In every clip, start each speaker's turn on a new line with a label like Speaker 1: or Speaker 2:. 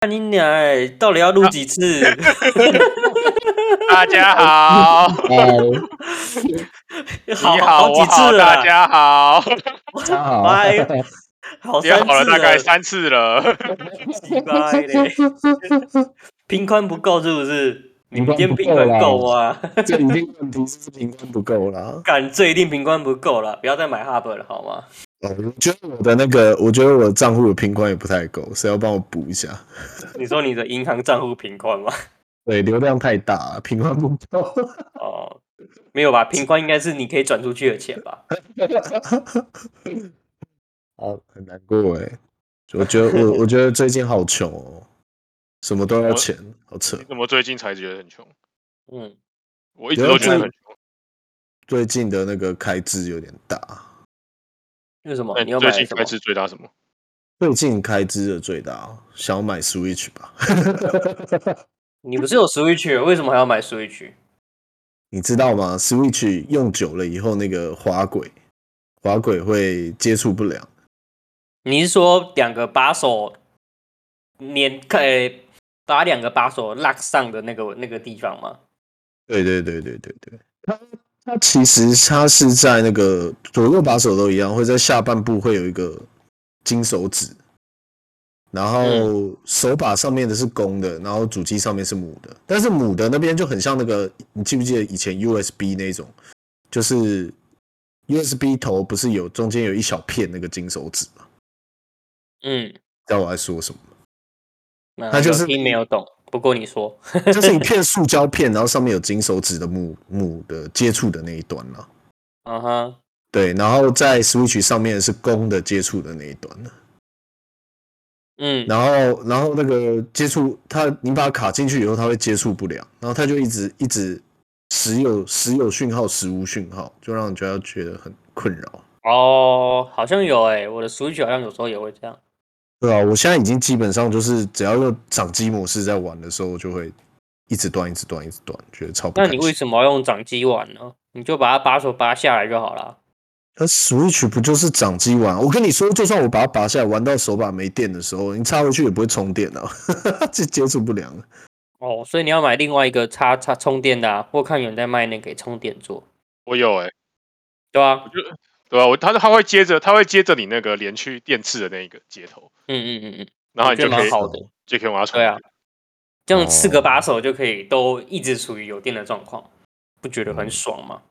Speaker 1: 看你奶，到底要录 几次？
Speaker 2: 大家好，
Speaker 3: 哎
Speaker 1: 好
Speaker 2: 你好，
Speaker 1: 好几
Speaker 2: 我好，
Speaker 1: 次了
Speaker 2: 大
Speaker 1: 啦，
Speaker 2: 家好，
Speaker 3: 好
Speaker 1: 拜，好
Speaker 2: 也
Speaker 1: 三
Speaker 2: 好了
Speaker 1: 次
Speaker 2: 大概三次了。
Speaker 1: 几拜 嘞，平宽不够是不是？你们今天平
Speaker 3: 平宽不
Speaker 1: 宽
Speaker 3: 够
Speaker 1: 够啊？
Speaker 3: 这已经问题是评分不够了。
Speaker 1: 敢这一定平宽不够了，不要再买 Hub 了好吗？
Speaker 3: 哦，我觉得我的那个，我觉得我的账户的平宽也不太够，谁要帮我补一下？
Speaker 1: 你说你的银行账户平宽 吗？
Speaker 3: 对，流量太大，平宽不够。
Speaker 1: 哦，没有吧？平宽应该是你可以转出去的钱吧？
Speaker 3: 好，哦很难过哎。我觉得我我觉得最近好穷哦，什么都要钱，好扯
Speaker 2: 你。怎么最近才觉得很穷？
Speaker 1: 嗯，
Speaker 2: 我一直都觉得很穷。
Speaker 3: 最近的那个开支有点大，
Speaker 1: 为什么？你
Speaker 2: 那
Speaker 1: 要
Speaker 2: 最
Speaker 1: 买
Speaker 2: 近
Speaker 1: 什么
Speaker 2: 开？支最大什么？
Speaker 3: 最近开支的最大，想要买 Switch 吧？
Speaker 1: 你不是有 Switch，为什么还要买 Switch？
Speaker 3: 你知道吗？Switch 用久了以后，那个滑轨，滑轨会接触不良。
Speaker 1: 你是说两个把手粘开、呃把两个把手拉上的那个那个地方吗？
Speaker 3: 对对对对对对，它它其实它是在那个左右把手都一样，会在下半部会有一个金手指，然后手把上面的是公的，然后主机上面是母的，但是母的那边就很像那个，你记不记得以前 USB 那种，就是 USB 头不是有中间有一小片那个金手指吗？
Speaker 1: 嗯，
Speaker 3: 知道我在说什么吗？
Speaker 1: 那
Speaker 3: 它就是
Speaker 1: 有听没有懂。不过你说，
Speaker 3: 就是一片塑胶片，然后上面有金手指的母母的接触的那一端啦、
Speaker 1: 嗯哼，
Speaker 3: 对，然后在 Switch 上面是公的接触的那一端啦
Speaker 1: 嗯，
Speaker 3: 然后然后那个接触它，你把它卡进去以后，它会接触不良，然后它就一直一直时有时有讯号，时无讯号，就让人觉得觉得很困扰。
Speaker 1: 哦，好像有诶、我的 Switch 好像有时候也会这样。
Speaker 3: 对啊，我现在已经基本上就是只要用掌机模式在玩的时候，就会一直断，一直断，一直断，觉得超不
Speaker 1: 那
Speaker 3: 开
Speaker 1: 你
Speaker 3: 心。
Speaker 1: 为什么要用掌机玩呢？你就把它把手拔下来就好了。
Speaker 3: 那 Switch 不就是掌机玩？我跟你说，就算我把它拔下来，玩到手把没电的时候，你插回去也不会充电的、啊， 这接触不良了。
Speaker 1: 哦，所以你要买另外一个插插充电的、啊，或看有人在卖那个充电座，
Speaker 2: 我有哎、
Speaker 1: 对吧、啊？
Speaker 2: 对吧、我他他会接着他会接着你那个连去电池的那个接头，
Speaker 1: 嗯嗯嗯嗯，
Speaker 2: 然后
Speaker 1: 我
Speaker 2: 你
Speaker 1: 觉
Speaker 2: 就
Speaker 1: 得
Speaker 2: 可
Speaker 1: 蛮
Speaker 2: 以
Speaker 1: 好的。
Speaker 2: 就可以往它充
Speaker 1: 对
Speaker 2: 电。
Speaker 1: 啊，这
Speaker 2: 哦
Speaker 1: 样四个把手就可以都一直处于有电的状况，不觉得很爽吗？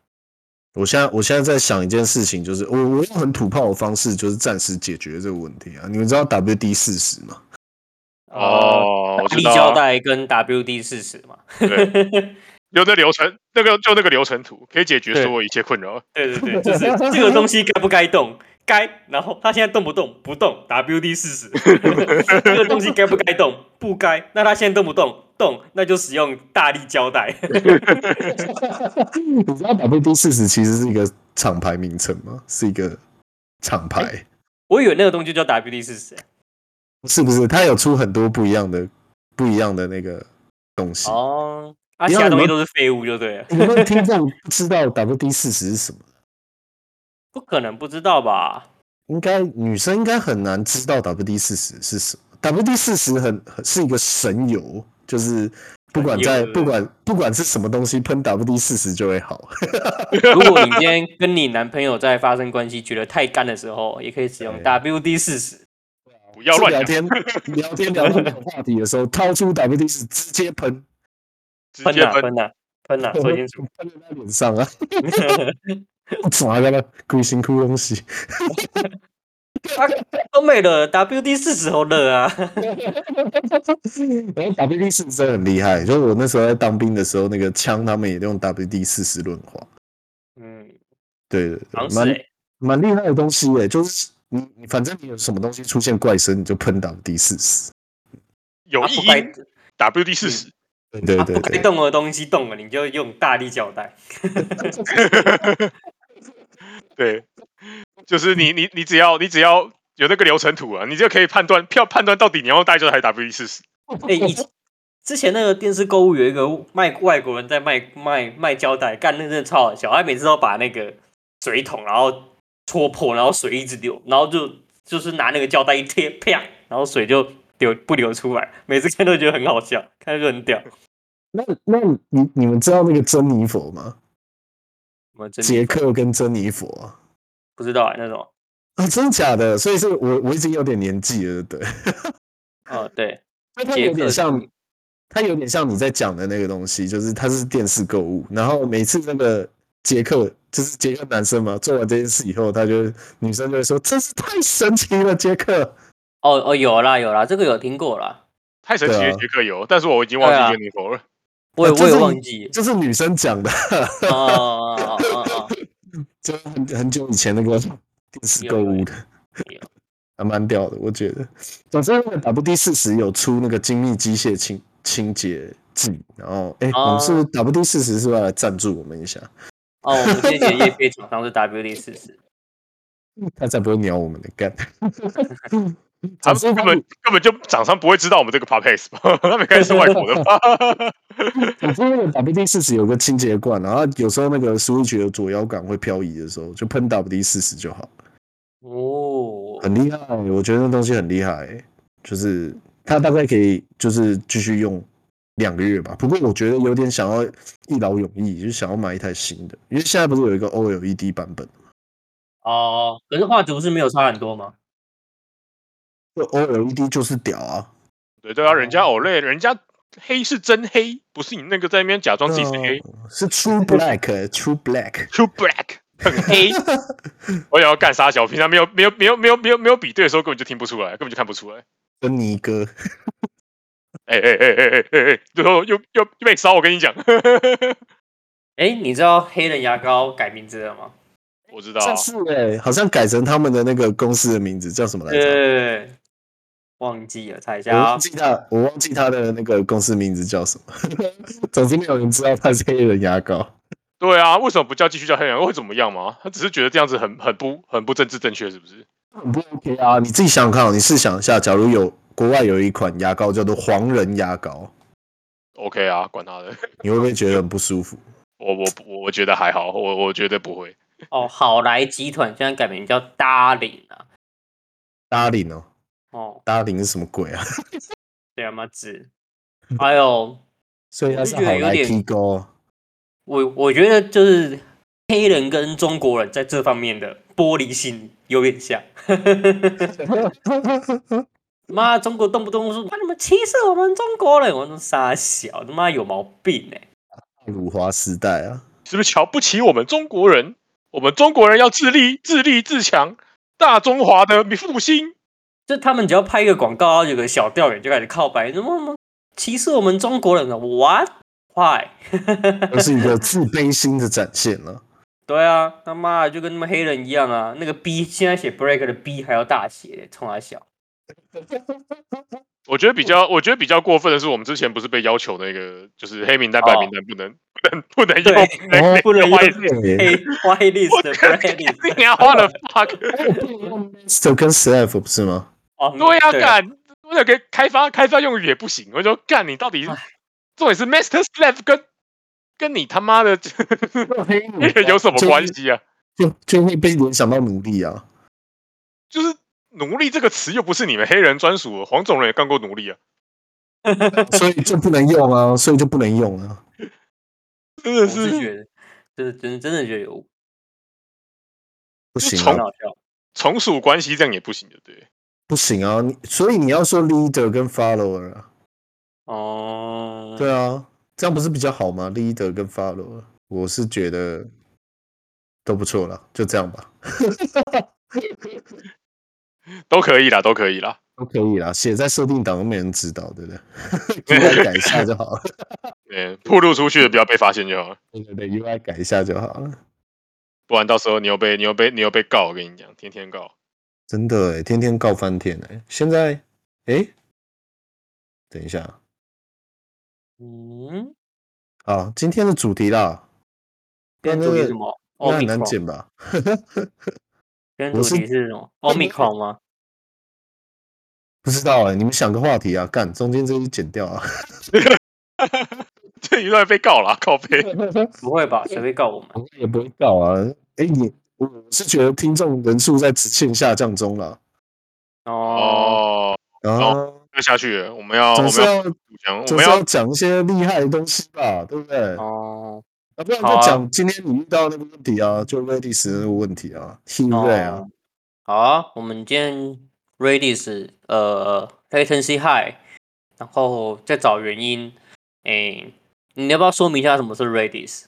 Speaker 3: 我现在我现在在想一件事情，就是我我用很土炮的方式，就是暂时解决这个问题啊。你们知道 WD 四十吗？
Speaker 1: 呃，
Speaker 2: 哦，我
Speaker 1: 大
Speaker 2: 知
Speaker 1: 力
Speaker 2: 道、
Speaker 1: 胶
Speaker 2: 啊。
Speaker 1: 带跟 WD 四十嘛，
Speaker 2: 对，有那流程，那个就那个流程图可以解决所有一切困扰。
Speaker 1: 对 对对，就是这个东西该不该动，该，然后它现在动不动不动 WD 四十， 这个东西该不该动，不该，那它现在动不动动，那就使用大力 胶带。
Speaker 3: 你知道 WD 四十其实是一个厂牌名称吗？是一个厂牌，
Speaker 1: 我以为那个东西就叫 WD 四十，
Speaker 3: 是不是？它有出很多不一样的不一样的那个东西。
Speaker 1: 哦，啊，其他东西都是废物就对了，
Speaker 3: 有没有听众不知道 WD 四十是什么？
Speaker 1: 不可能不知道吧？
Speaker 3: 应该女生应该很难知道 WD 四十是什么。WD 四十很很是一个神油，就是不管在
Speaker 1: 神油
Speaker 3: 不管不管是什么东西喷 WD 四十就会好。
Speaker 1: 如果你今天跟你男朋友在发生关系，觉得太干的时候，也可以使用
Speaker 3: 对
Speaker 1: WD 四十。
Speaker 2: 不要乱
Speaker 3: 聊
Speaker 2: 讲，
Speaker 3: 天聊天聊到这种话题的 时候，掏出 WD 四直接喷
Speaker 2: 直
Speaker 1: 喷
Speaker 2: 接
Speaker 1: 啊
Speaker 2: 分
Speaker 1: 喷啊喷 啊，说清楚。
Speaker 3: 喷在他脸上啊， 抓个鬼辛苦东西。
Speaker 1: 啊都没了，WD 四十好热啊！
Speaker 3: 然后 WD 哎四十真的很厉害，就是我那时候在当兵的时候，那个枪他们也用 WD 四十润滑。
Speaker 1: 嗯，
Speaker 3: 对对对，
Speaker 1: 好
Speaker 3: 蛮
Speaker 1: 像是欸
Speaker 3: 蛮厉害的东西耶，就是你你反正你有什么东西出现怪声，你就喷 WD 四十。
Speaker 2: 有
Speaker 1: 啊
Speaker 2: 意
Speaker 1: 不该
Speaker 2: 义 WD 四十，
Speaker 3: 对对
Speaker 1: 啊
Speaker 3: 对
Speaker 1: 不该
Speaker 3: 对，
Speaker 1: 动的东西动了，你就用大力胶带。
Speaker 2: 对，就是你你你只要你只要有那个流程图啊，你就可以判断票判断到底你要用带就是还是 WD 四十。
Speaker 1: 哎、 以前之前那个电视购物有一个卖外国人在卖卖卖胶带，干那真的超好笑。他每次都把那个水桶然后戳破，然后水一直流，然后就就是拿那个胶带一贴，啪，然后水就流不流出来。每次看都觉得很好笑，看着就很屌。
Speaker 3: 那那你你们知道那个珍妮佛吗？
Speaker 1: 我真
Speaker 3: 杰克跟珍妮佛啊，
Speaker 1: 不知道啊、那 种。
Speaker 3: 啊真的假的？所以是我我已经有点年纪了，对。
Speaker 1: 哦，对，
Speaker 3: 那它
Speaker 1: 杰
Speaker 3: 有点
Speaker 1: 克
Speaker 3: 像，它有点像你在讲的那个东西，就是它是电视购物，然后每次那个杰克，就是杰克男生嘛，做完这件事以后，他就女生就会说：“真是太神奇了，杰克。
Speaker 1: 哦哦，有啦有啦，这个有听过啦，
Speaker 2: 太神奇
Speaker 3: 对
Speaker 2: 了，
Speaker 3: 啊
Speaker 2: 杰克有，但是我已经忘
Speaker 1: 对啊
Speaker 2: 记 Jennifer 了。
Speaker 1: 我也
Speaker 3: 啊就
Speaker 1: 我
Speaker 3: 是
Speaker 1: 也忘记”。
Speaker 3: 就是女生讲的，
Speaker 1: 哦哦哦哦哦哦，
Speaker 3: 就是很很久以前那个电视购物的
Speaker 1: 有有，
Speaker 3: 还蛮屌的，我觉得。总之那个，WD 四十有出那个精密机械清清洁剂，然后哎、我们是不是 WD 四十是不是要来赞助我们一下？
Speaker 1: 哦，我们这节叶配厂商是 WD 四十，
Speaker 3: 他才不会鸟我们的干。
Speaker 2: 他们根
Speaker 3: 总之他
Speaker 2: 本根本就厂商不会知道我们这个 podcast 吧？ 他们应该是外国的吧？
Speaker 3: 总之那个 WD 四十有个清洁罐，然后有时候那个 Switch 的左摇杆会漂移的时候，就喷 WD 四十就好，
Speaker 1: 哦，
Speaker 3: 很厉害。我觉得那东西很厉害，欸就是它大概可以就是继续用两个月吧。不过我觉得有点想要一劳永逸，就想要买一台新的，因为现在不是有一个 OLED 版本，
Speaker 1: 哦，可是画图是没有差很多吗？
Speaker 3: 就 OLED E 就是屌啊，
Speaker 2: 对对啊，人家 Olay，人家黑是真黑，不是你那个在那边假装自己
Speaker 3: 嗯
Speaker 2: 是黑
Speaker 3: 是 True Black，True Black。
Speaker 2: ，True Black，很黑。 我想要干啥小，平常没有没有没有没有没有没有比对的时候根本就听不出来，根本就看不出来。
Speaker 3: 跟尼哥，
Speaker 2: 哎哎哎哎哎哎哎，最后又又又被烧，我跟你讲，
Speaker 1: 哎，你知道黑人牙膏改名字了吗？
Speaker 2: 我知道啊，
Speaker 3: 但是哎、好像改成他们的那个公司的名字叫什么来着？
Speaker 1: 呃对，忘记了，猜一下
Speaker 3: 我
Speaker 1: 啊
Speaker 3: 忘。记他，我忘记他的那个公司名字叫什么。 总之没有人知道他是黑人牙膏。
Speaker 2: 对啊，为什么不叫继续叫黑人会怎么样吗？他只是觉得这样子很很不很不政治正确，是不是？
Speaker 3: 很不 OK 啊！你自己想想看、哦，你试想一下，假如有国外有一款牙膏叫做黄人牙膏，
Speaker 2: OK 啊，管他的，
Speaker 3: 你会不会觉得很不舒服？
Speaker 2: 我我我我觉得还好，我我觉得不会。
Speaker 1: 哦，好来集团现在改名叫 Darling 啊。
Speaker 3: 达林哦，
Speaker 1: 哦，
Speaker 3: 达林是什么鬼啊？
Speaker 1: 对啊，妈子。哎呦，
Speaker 3: 所以他是好
Speaker 1: 我
Speaker 3: 来
Speaker 1: 就觉得有点
Speaker 3: K 高哦，
Speaker 1: 我我觉得就是黑人跟中国人在这方面的玻璃心有点像。 妈，中国动不动说妈你们歧视我们中国人，我都傻小，他妈有毛病哎、
Speaker 3: 辱华时代啊！
Speaker 2: 是不是瞧不起我们中国人？我们中国人要自立、自立自强，大中华的复兴。
Speaker 1: 就他们只要拍一个广告，有个小调研就开始靠白，什么什么歧视我们中国人的 what why？
Speaker 3: 这是一个自卑心的展现 了、
Speaker 1: 对啊，他妈的就跟他们黑人一样啊，那个 B 现在写 break 的 B 还要大写嘞，冲他小。
Speaker 2: 我觉得比较，我觉得比较过分的是，我们之前不是被要求那个，就是黑名单、白名单不能、不能、不能用
Speaker 1: 哦对
Speaker 2: 那
Speaker 3: 哦
Speaker 2: 个
Speaker 1: 不能用
Speaker 2: 坏事。
Speaker 1: 黑 white list
Speaker 2: 我
Speaker 1: 的
Speaker 2: 靠
Speaker 1: black list，
Speaker 2: 你要花了 fuck？
Speaker 1: 嗯
Speaker 3: ，Mr 跟 Slave 不是吗？
Speaker 1: 哦，
Speaker 2: 对呀、
Speaker 1: 对
Speaker 2: 干，为了给开发开发用语也不行。我就说干，你到底是重点是 master slave 跟跟你他妈的
Speaker 3: 黑
Speaker 2: 有什么关？系啊？
Speaker 3: 就就会被联想到奴隶啊。
Speaker 2: 就是奴隶这个词又不是你们黑人专属的，黄种人也干过奴隶啊，
Speaker 3: 所以就不能用啊，所以就不能用啊。
Speaker 2: 真的
Speaker 1: 我是
Speaker 2: 是
Speaker 1: 觉得，真的真的真的觉得有
Speaker 3: 不行
Speaker 2: 从
Speaker 3: 啊
Speaker 1: 很，好笑。
Speaker 2: 从属关系这样也不行的，对。
Speaker 3: 不行啊！你所以你要说 leader 跟 follower 啊，
Speaker 1: 哦，
Speaker 3: 对啊，这样不是比较好吗？leader 跟 follower，我是觉得都不错了，就这样吧，
Speaker 2: 都可以啦，都可以啦。
Speaker 3: 都可以啦。写在设定档都没人知道，对 不对？UI 改一下就好了，
Speaker 2: 嗯，暴露出去的不要被发现就好了，
Speaker 3: 对对对，UI 改一下就好了。
Speaker 2: 不然到时候你又被你又被你又被告，我跟你讲，天天告。
Speaker 3: 真的哎，天天告翻天哎。现在哎，等一下
Speaker 1: 嗯，
Speaker 3: 啊，今天的主题啦，
Speaker 1: 今天主题是什么？
Speaker 3: 那很
Speaker 1: Omicron
Speaker 3: 难剪吧？
Speaker 1: 今天
Speaker 3: 我
Speaker 1: 主
Speaker 3: 是
Speaker 1: 题是什么？Omicron 吗？
Speaker 3: 不知道哎，你们想个话题啊，干中间这一剪掉啊。
Speaker 2: 这一段被告了，靠背。
Speaker 1: 不会吧？谁会告我们？
Speaker 3: 好像也不会到啊。哎、你我是觉得听众人数在直线下降中了
Speaker 1: 哦，
Speaker 2: 哦，
Speaker 3: 啊，
Speaker 2: 要下去了，我们哦要我
Speaker 3: 总
Speaker 2: 们
Speaker 3: 是要
Speaker 2: 补强，我
Speaker 3: 总
Speaker 2: 们
Speaker 3: 是
Speaker 2: 要
Speaker 3: 要讲一些厉害的东西吧，对不对？啊，
Speaker 1: 哦，
Speaker 3: 不然
Speaker 1: 好
Speaker 3: 就
Speaker 1: 啊
Speaker 3: 讲今天你遇到那个问题啊，就 Redis 的那个问题啊，对不对啊
Speaker 1: 哦？好啊，我们今天 Redis 呃 latency high，然后再找原因。哎，你要不要说明一下什么是 Redis？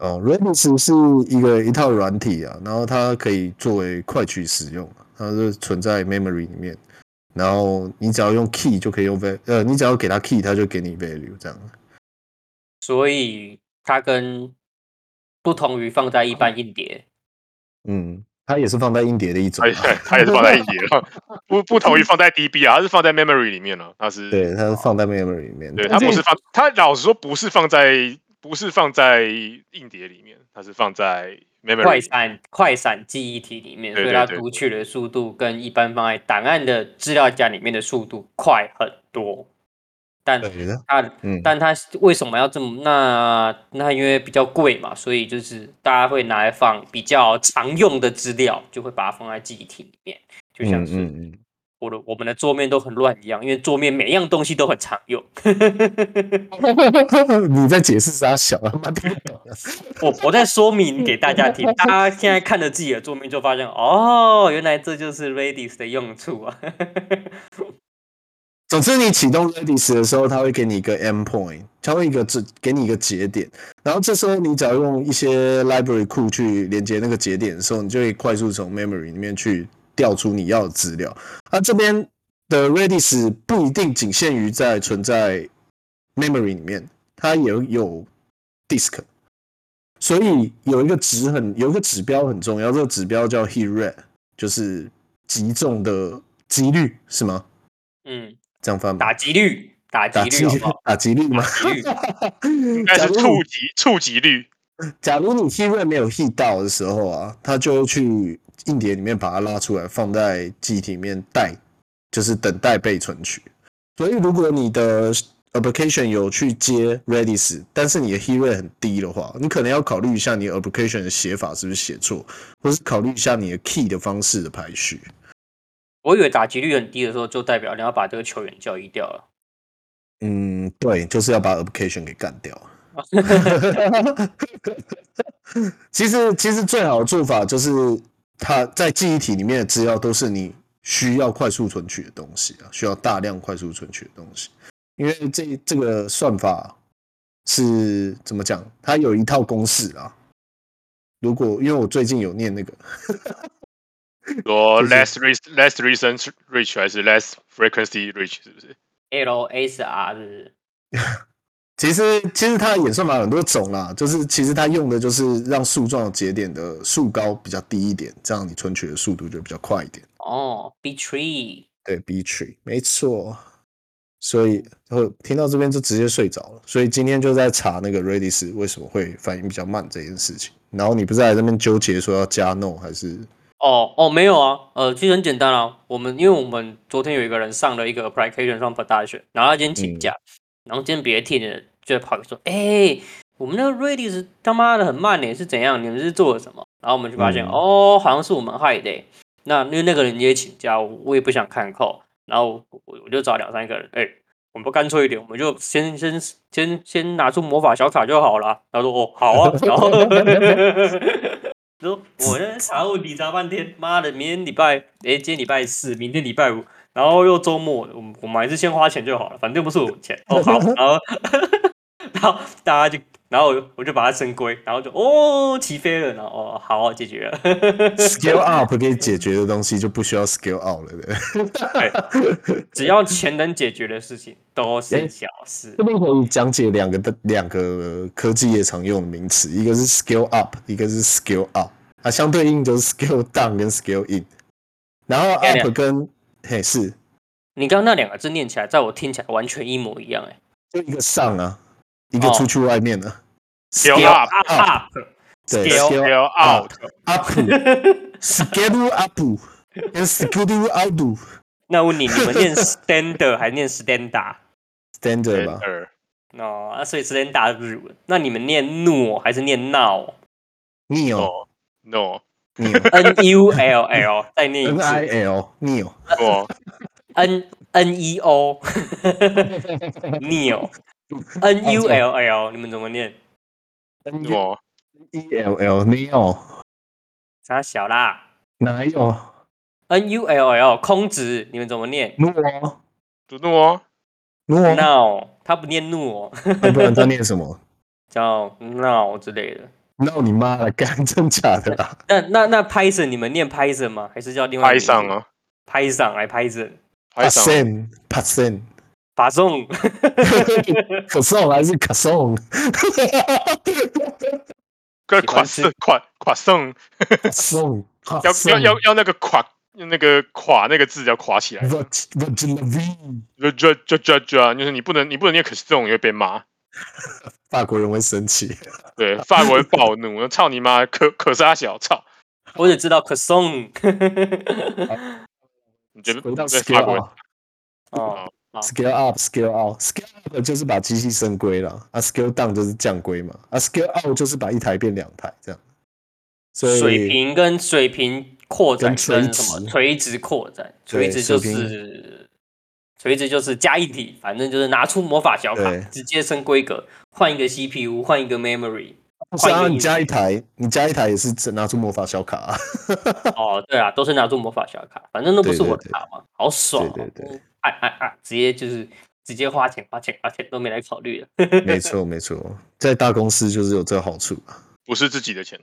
Speaker 3: 哦，Redis 是一个一套软体啊，然后它可以作为快取使用啊，它是存在 memory 里面，然后你只要用 key 就可以用 val，呃，你只要给它 key，它就给你 value 这样。
Speaker 1: 所以它跟不同于放在一般硬碟，
Speaker 3: 嗯，它也是放在硬碟的一种、
Speaker 2: 他
Speaker 3: 啊
Speaker 2: 也。他也是放在硬碟了，不不同于放在 DB 啊，它是放在 memory 里面了，它是
Speaker 3: 对，它是放在 memory 里面。
Speaker 2: 对，它
Speaker 3: 但
Speaker 2: 不是放，它老实说不是放在不是放在硬碟里面，它是放在 memory
Speaker 1: 快
Speaker 2: 里面
Speaker 1: 闪快闪记忆体里面，
Speaker 2: 对
Speaker 1: 所以
Speaker 2: 对
Speaker 1: 它
Speaker 2: 对
Speaker 1: 读取的速度跟一般放在档案的资料夹里面的速度快很多，但
Speaker 3: 对的，
Speaker 1: 它
Speaker 3: 嗯，
Speaker 1: 但它为什么要这么？那那因为比较贵嘛，所以就是大家会拿来放比较常用的资料，就会把它放在记忆体里面，就像
Speaker 3: 嗯
Speaker 1: 是
Speaker 3: 嗯 嗯，
Speaker 1: 我的我们的桌面都很乱一样，因为桌面每样东西都很常用。
Speaker 3: 你在解释啥小啊？妈听不懂啊。
Speaker 1: 我我在说明给大家听，大家现在看着自己的桌面就发现，哦，原来这就是 Redis 的用处啊。
Speaker 3: 总之，你启动 Redis 的时候，它会给你一个 endpoint，它会一个这给你一个节点，然后这时候你只要用一些 library 库去连接那个节点的时候，你就会快速从 memory 里面去调出你要的资料。那、这边的 Redis 不一定仅限于在存在 memory 里面，它也有 disk，所以有一个值很有一个指标很重要，这个指标叫 hit rate，就是击中的几率是吗？
Speaker 1: 嗯，
Speaker 3: 这样翻吧。
Speaker 1: 打击率，打击
Speaker 3: 打
Speaker 1: 率
Speaker 3: 击
Speaker 1: 好不嗯好？
Speaker 3: 打击率吗？
Speaker 1: 打击率
Speaker 2: 应
Speaker 3: 应
Speaker 2: 该是触及触及率，
Speaker 3: 假如你 T 瑞没有 hit 到的时候啊，他就会去硬碟里面把它拉出来，放在记忆体里面待，就是等待被存取。所以如果你的 application 有去接 Redis，但是你的 hit rate 很低的话，你可能要考虑一下你的 application 的写法是不是写错，或是考虑一下你的 key 的方式的排序。
Speaker 1: 我以为打击率很低的时候，就代表你要把这个球员交易掉了。
Speaker 3: 嗯，对，就是要把 application 给干掉。其实，其实最好的做法就是，它在记忆体里面的资料都是你需要快速存取的东西啊，需要大量快速存取的东西。因为这这个算法是怎么讲？它有一套公式啊。如果因为我最近有念那个，
Speaker 2: 说
Speaker 3: 就是
Speaker 2: less re less recent reach 还是 less frequency reach 是不是？
Speaker 1: LSR 是不是？
Speaker 3: 其实其实它的演算法有很多种啦，就是其实它用的就是让树状节点的树高比较低一点，这样你存取的速度就比较快一点。
Speaker 1: 哦，B tree，
Speaker 3: 对，B tree，没错。所以，然后听到这边就直接睡着了。所以今天就在查那个 Redis 为什么会反应比较慢这件事情。然后你不是还在那边纠结说要加 No 还是？
Speaker 1: 哦哦，没有啊，呃，其实很简单啊。我们因为我们昨天有一个人上了一个 application 上 production，然后他今天请
Speaker 3: 嗯
Speaker 1: 假，然后今天别的 team 的就跑来说，哎、我们那个 Redis 他妈的很慢呢、是怎样？你们是做了什么？然后我们就发现，
Speaker 3: 嗯
Speaker 1: 哦，好像是我们害的欸、那因为那个人也请假，我我也不想看扣，然后我我我就找两三个人，哎、我们不干脆一点，我们就先先先先拿出魔法小卡就好了。他说哦，好啊，然后 他说我在查问题查半天，妈的，明天礼拜，哎，今天礼拜四，明天礼拜五，然后又周末，我们我们还是先花钱就好了，反正不是我的钱。哦，好，然后 然后大家就。然后我就我就把它升归，然后就哦起飞了，然后哦好解决了，
Speaker 3: Scale up 可以解决的东西就不需要 scale out 了，对不对？
Speaker 1: 只要钱能解决的事情都
Speaker 3: 哎
Speaker 1: 是小事
Speaker 3: 这。边可以讲解两个的两个科技业常用的名词，一个啊是 scale up，一个是 scale up，它、相对应就是 scale down 跟 scale in。然后
Speaker 1: 亮亮
Speaker 3: up 跟嘿是
Speaker 1: 你刚刚那两个字念起来，在我听起来完全一模一样、欸，
Speaker 3: 就一个上啊，一个
Speaker 1: 哦
Speaker 3: 出去外面啊。
Speaker 2: Scale up
Speaker 1: up，
Speaker 3: 对啊
Speaker 1: scale
Speaker 2: Scale out，
Speaker 3: up schedule up 跟 schedule out
Speaker 1: 那问你，你们念 stand 还念 standa？
Speaker 3: standard 吧，
Speaker 2: Enter
Speaker 1: 哦，啊所以 standa 是日文。那你们念诺还是念 now？
Speaker 3: neo
Speaker 2: no no
Speaker 3: neo
Speaker 1: N U L L，再念一
Speaker 3: n i
Speaker 1: 次
Speaker 3: l neo
Speaker 2: no
Speaker 1: N N E O Neil N U L L，你们怎么念？
Speaker 3: n
Speaker 2: no
Speaker 3: e l l neo
Speaker 1: 傻小啦
Speaker 3: 哪有
Speaker 1: ，N U L L 空指，你们怎么念
Speaker 3: neo
Speaker 2: 就 no 啊
Speaker 3: neo，
Speaker 1: ？Now，他不念诺，
Speaker 3: 哎不然他念什么？
Speaker 1: 叫 now 之类的。
Speaker 3: 闹你妈了，干真假的啦？
Speaker 1: 那那那 Python，你们念 Python 吗？还是叫另外
Speaker 2: 拍上啊，
Speaker 1: ？Python 来 Python，
Speaker 2: 拍上
Speaker 1: 啊
Speaker 3: percent percent，
Speaker 1: 法送。
Speaker 3: 可颂还是可颂？
Speaker 2: 跟
Speaker 1: 喜
Speaker 2: 垮
Speaker 1: 欢吃
Speaker 2: 送
Speaker 1: 啊
Speaker 2: 垮垮送，
Speaker 3: 可颂
Speaker 2: 要要要要那个垮那个垮那个字要垮起来，
Speaker 3: v i r g i n V，
Speaker 2: 就就就就啊就就是你不能你不能念可颂，你会被骂。
Speaker 3: 法国人会生气。
Speaker 2: 对，
Speaker 1: 啊
Speaker 2: 法国人暴怒， 操你妈，可可是阿小，操！
Speaker 1: 我只知道 c o n
Speaker 2: 你觉得
Speaker 3: 回到
Speaker 2: 嗯对法
Speaker 1: 啊
Speaker 2: 国
Speaker 3: scale
Speaker 2: 人
Speaker 3: up，scale
Speaker 1: 哦，
Speaker 3: up，scale out，scale up 就是把机器升规了，啊，scale down 就是降规嘛，啊，scale out 就是把一台变两台这样。所以
Speaker 1: 水平跟水平扩展
Speaker 3: 跟垂
Speaker 1: 跟什么
Speaker 3: 直
Speaker 1: 垂直扩展，
Speaker 3: 对
Speaker 1: 垂直就
Speaker 3: 水平
Speaker 1: 是垂直就是加一体，反正就是拿出魔法小卡
Speaker 3: 对，
Speaker 1: 直接升规格，换一个 CPU，换一个 memory。
Speaker 3: 是啊，
Speaker 1: 换一个
Speaker 3: 你加
Speaker 1: 意
Speaker 3: 一
Speaker 1: 思
Speaker 3: 台，你加一台也是只拿出魔法小卡、啊。
Speaker 1: 哦，对啊，都是拿出魔法小卡，反正都不
Speaker 3: 对
Speaker 1: 是
Speaker 3: 对
Speaker 1: 我的
Speaker 3: 对
Speaker 1: 卡嘛，好爽、哦。
Speaker 3: 对对对，
Speaker 1: 哎哎哎，直接就是直接花钱花钱花钱都没来考虑了。
Speaker 3: 没错，没错，在大公司就是有这个好处啊。
Speaker 2: 不是自己的钱，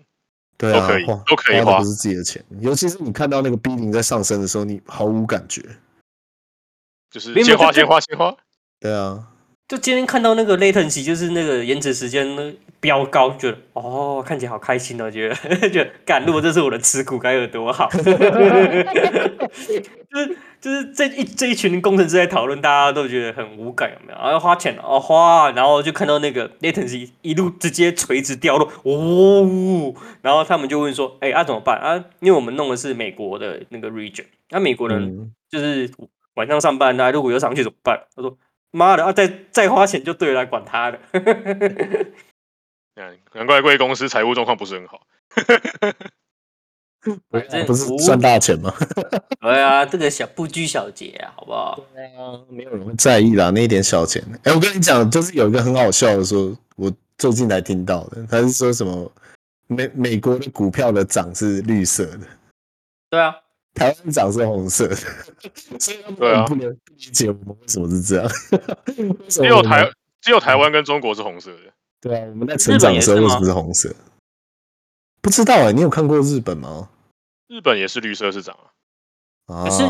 Speaker 3: 对
Speaker 2: 都
Speaker 3: 啊，
Speaker 2: 可以
Speaker 3: 花
Speaker 2: 都可以
Speaker 3: 花的
Speaker 2: 花
Speaker 3: 不是自己的钱，尤其是你看到那个 B 零在上升的时候，你毫无感觉。
Speaker 2: 就是
Speaker 1: 没有
Speaker 2: 先花
Speaker 1: 就就
Speaker 2: 先花先花。
Speaker 3: 对啊，
Speaker 1: 就今天看到那个 latency，就是那个延迟时间呢飙高，觉得哦，看起来好开心哦，觉得 觉得，干，如果这是我的持股，该有多好。就是就是这一这一群工程师在讨论，大家都觉得很无感，有没有？然后花钱哦花啊，然后就看到那个 latency 一路直接垂直掉落，哦，然后他们就问说，哎、啊怎么办啊？因为我们弄的是美国的那个 region，那、美国人
Speaker 3: 嗯，
Speaker 1: 就是晚上上班啊，如果有上去怎么办？他说：“妈的啊，再再花钱就对了，管他 的。
Speaker 2: 嗯，难怪贵公司财务状况不是很好。
Speaker 1: 反正
Speaker 3: 不是
Speaker 1: 无
Speaker 3: 赚大钱吗？”
Speaker 1: 对啊，这个小不拘小节啊，好不好？
Speaker 3: 没有人会在意啦，那一点小钱。哎、我跟你讲，就是有一个很好笑的说，我最近才听到的，他是说什么美美国的股票的涨是绿色的，
Speaker 1: 对啊，
Speaker 3: 台湾涨是红色的， 所以他
Speaker 2: 对啊
Speaker 3: 们很不能不理解我们为什么是这样。 为什
Speaker 2: 只
Speaker 3: 么
Speaker 2: 有
Speaker 3: 我们
Speaker 2: 台只有台湾跟中国是红色的，
Speaker 3: 对啊，我们在成长的时候为什么是红色？不知道哎、你有看过日本吗？
Speaker 2: 日本也是绿色市长啊。
Speaker 3: 啊，
Speaker 1: 是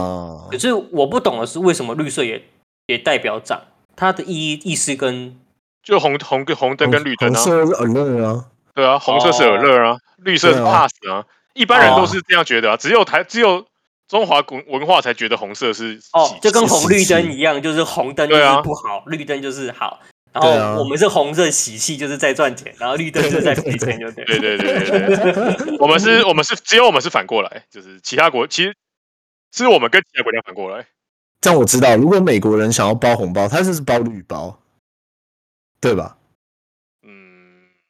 Speaker 1: 可是我不懂的是，为什么绿色也也代表涨？它的意义意思跟
Speaker 2: 就红红跟红灯跟绿灯
Speaker 3: 红
Speaker 2: 啊，
Speaker 3: 色是 alert 啊，
Speaker 2: 对啊，红色是
Speaker 1: 哦
Speaker 2: 耳乐啊，绿色是
Speaker 3: 对啊
Speaker 2: pass 啊，一般人都是这样觉得啊，只有台只有中华古文化才觉得红色是
Speaker 1: 哦
Speaker 2: 喜，
Speaker 1: 就跟
Speaker 3: 是
Speaker 1: 红
Speaker 3: 喜
Speaker 1: 绿
Speaker 3: 气
Speaker 1: 灯一样，就是红灯就
Speaker 2: 对啊
Speaker 1: 是不好，绿灯就是好。然
Speaker 3: 对啊
Speaker 1: 后我们是红色喜气，就是在赚钱，然后绿灯就是在赔钱，就对
Speaker 2: 对
Speaker 1: 了。
Speaker 2: 对对对对，我们是，我们是，只有我们是反过来，就是其他国其实是我们跟其他国家反过来，
Speaker 3: 这样我知道。如果美国人想要包红包，他就是包绿包，对吧？
Speaker 2: 嗯，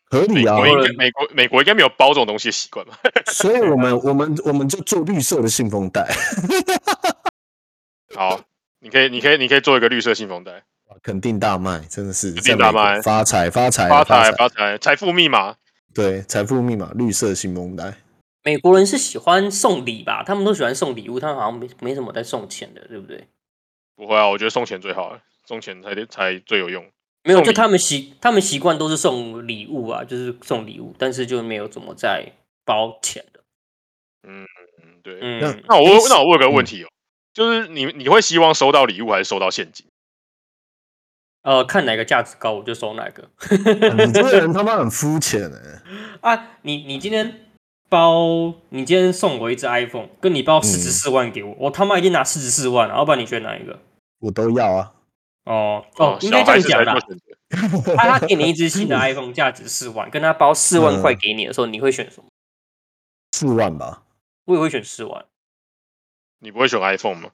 Speaker 3: 合
Speaker 2: 美
Speaker 3: 理啊
Speaker 2: 国。应该
Speaker 1: 对
Speaker 2: 美国美国应该没有包这种东西的习惯吧？
Speaker 3: 所以我们我们我们就做绿色的信封袋，
Speaker 2: 好，你可以你可以你可以做一个绿色信封袋，
Speaker 3: 肯定大卖，真的是
Speaker 2: 肯定大卖
Speaker 3: 在美国发财哎发财
Speaker 2: 发财发财，财富密码，
Speaker 3: 对，财富密码绿色信封袋。
Speaker 1: 美国人是喜欢送礼吧？他们都喜欢送礼物，他们好像没没什么在送钱的，对不对？
Speaker 2: 不会啊，我觉得送钱最好，送钱才才最有用。
Speaker 1: 没有，
Speaker 2: 送
Speaker 1: 哦就
Speaker 2: 礼
Speaker 1: 他们习他们习惯都是送礼物啊，就是送礼物，但是就没有怎么在包钱的。
Speaker 2: 嗯，对。
Speaker 1: 嗯，
Speaker 2: 那我问那我问个
Speaker 3: 嗯
Speaker 2: 问题哦，就是你你会希望收到礼物还是收到现金？
Speaker 1: 呃，看哪个价值高我就收哪个
Speaker 3: 你这个人他妈很肤浅哎、
Speaker 1: 啊。你你今天包你今天送我一只 iPhone，跟你
Speaker 2: 嗯
Speaker 1: 包四十四万给我，我他妈一定拿四十四万啊，要不然你选哪一个？
Speaker 3: 我都要啊。
Speaker 1: 哦哦，应该
Speaker 2: 啊小孩
Speaker 1: 这样
Speaker 2: 子才
Speaker 1: 讲啦
Speaker 2: 做。选择。
Speaker 1: 他他给你一只新的 iPhone，价值四万，跟他包四万块
Speaker 3: 嗯
Speaker 1: 给你的时候，你会选什么？
Speaker 3: 四万吧？
Speaker 1: 我也会选四万。
Speaker 2: 你不会选 iPhone 吗？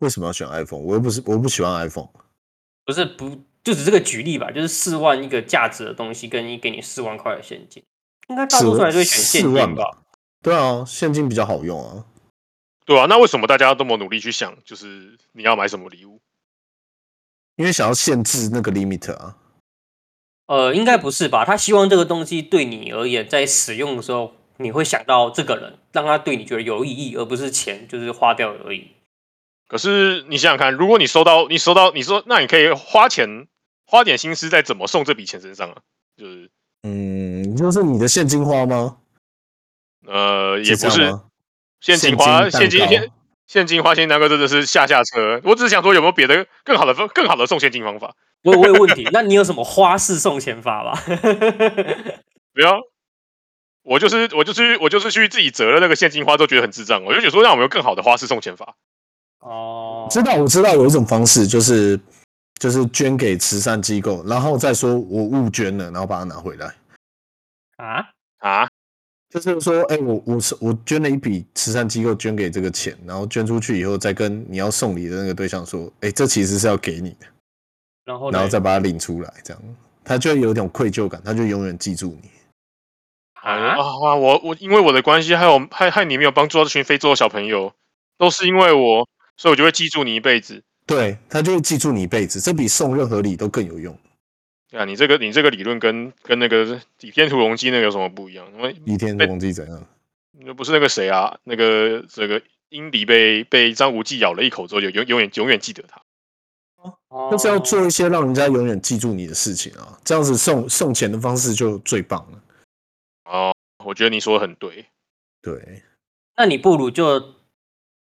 Speaker 3: 为什么要选 iPhone？我又不是我不喜欢 iPhone。
Speaker 1: 不是不就只是个举例吧，就是四万一个价值的东西，跟你给你四万块的现金，应该大多数人都会选现
Speaker 3: 四万
Speaker 1: 金
Speaker 3: 吧？对啊，现金比较好用啊。
Speaker 2: 对啊，那为什么大家这么努力去想，就是你要买什么礼物？
Speaker 3: 因为想要限制那个 limit 啊，
Speaker 1: 呃，应该不是吧？他希望这个东西对你而言，在使用的时候，你会想到这个人，让他对你觉得有意义，而不是钱就是花掉而已。
Speaker 2: 可是你想想看，如果你收到，你收到，你说那你可以花钱，花点心思在怎么送这笔钱身上啊，就是
Speaker 3: 嗯，就是你的现金花吗？
Speaker 2: 呃，也不
Speaker 3: 这样
Speaker 2: 是
Speaker 3: 吗
Speaker 2: 现金花，现金
Speaker 3: 蛋
Speaker 2: 现
Speaker 3: 糕
Speaker 2: 现金花现金大哥真的是下下策。我只是想说有没有别的更好的方更好的送现金方法？
Speaker 1: 我我有问题，那你有什么花式送钱法吧？
Speaker 2: 不要，啊我就是我就是我就是去自己折了那个现金花，都觉得很智障。我就觉得说，那我们有更好的花式送钱法？
Speaker 1: 哦，
Speaker 3: 知道我知道有一种方式就是就是捐给慈善机构，然后再说我误捐了，然后把它拿回来。
Speaker 1: 啊，
Speaker 2: 啊？
Speaker 3: 就是说，哎、我我是我捐了一笔慈善机构捐给这个钱，然后捐出去以后，再跟你要送礼的那个对象说，哎、这其实是要给你的，
Speaker 1: 然
Speaker 2: 哦
Speaker 1: 后呢
Speaker 3: 然后再把它领出来，这样他就会有一种愧疚感，他就永远记住你。
Speaker 2: 啊
Speaker 1: 啊，
Speaker 2: 哇！我我因为我的关系，害我害害你没有帮助到这群非洲的小朋友，都是因为我，所以我就会记住你一辈子。
Speaker 3: 对他就会记住你一辈子，这比送任何礼都更有用。
Speaker 2: 对啊，你这个你这个理论跟跟那个《倚天屠龙记》那个有什么不一样？因为
Speaker 3: 倚天屠龙记怎样？
Speaker 2: 那不是那个谁啊，那个这个英里被被张无忌咬了一口之后，就永永远永远记得他。
Speaker 3: 就是要
Speaker 1: 哦
Speaker 3: 做一些让人家永远记住你的事情啊，这样子送送钱的方式就最棒了。
Speaker 2: 哦，我觉得你说的很对。
Speaker 3: 对，
Speaker 1: 那你不如就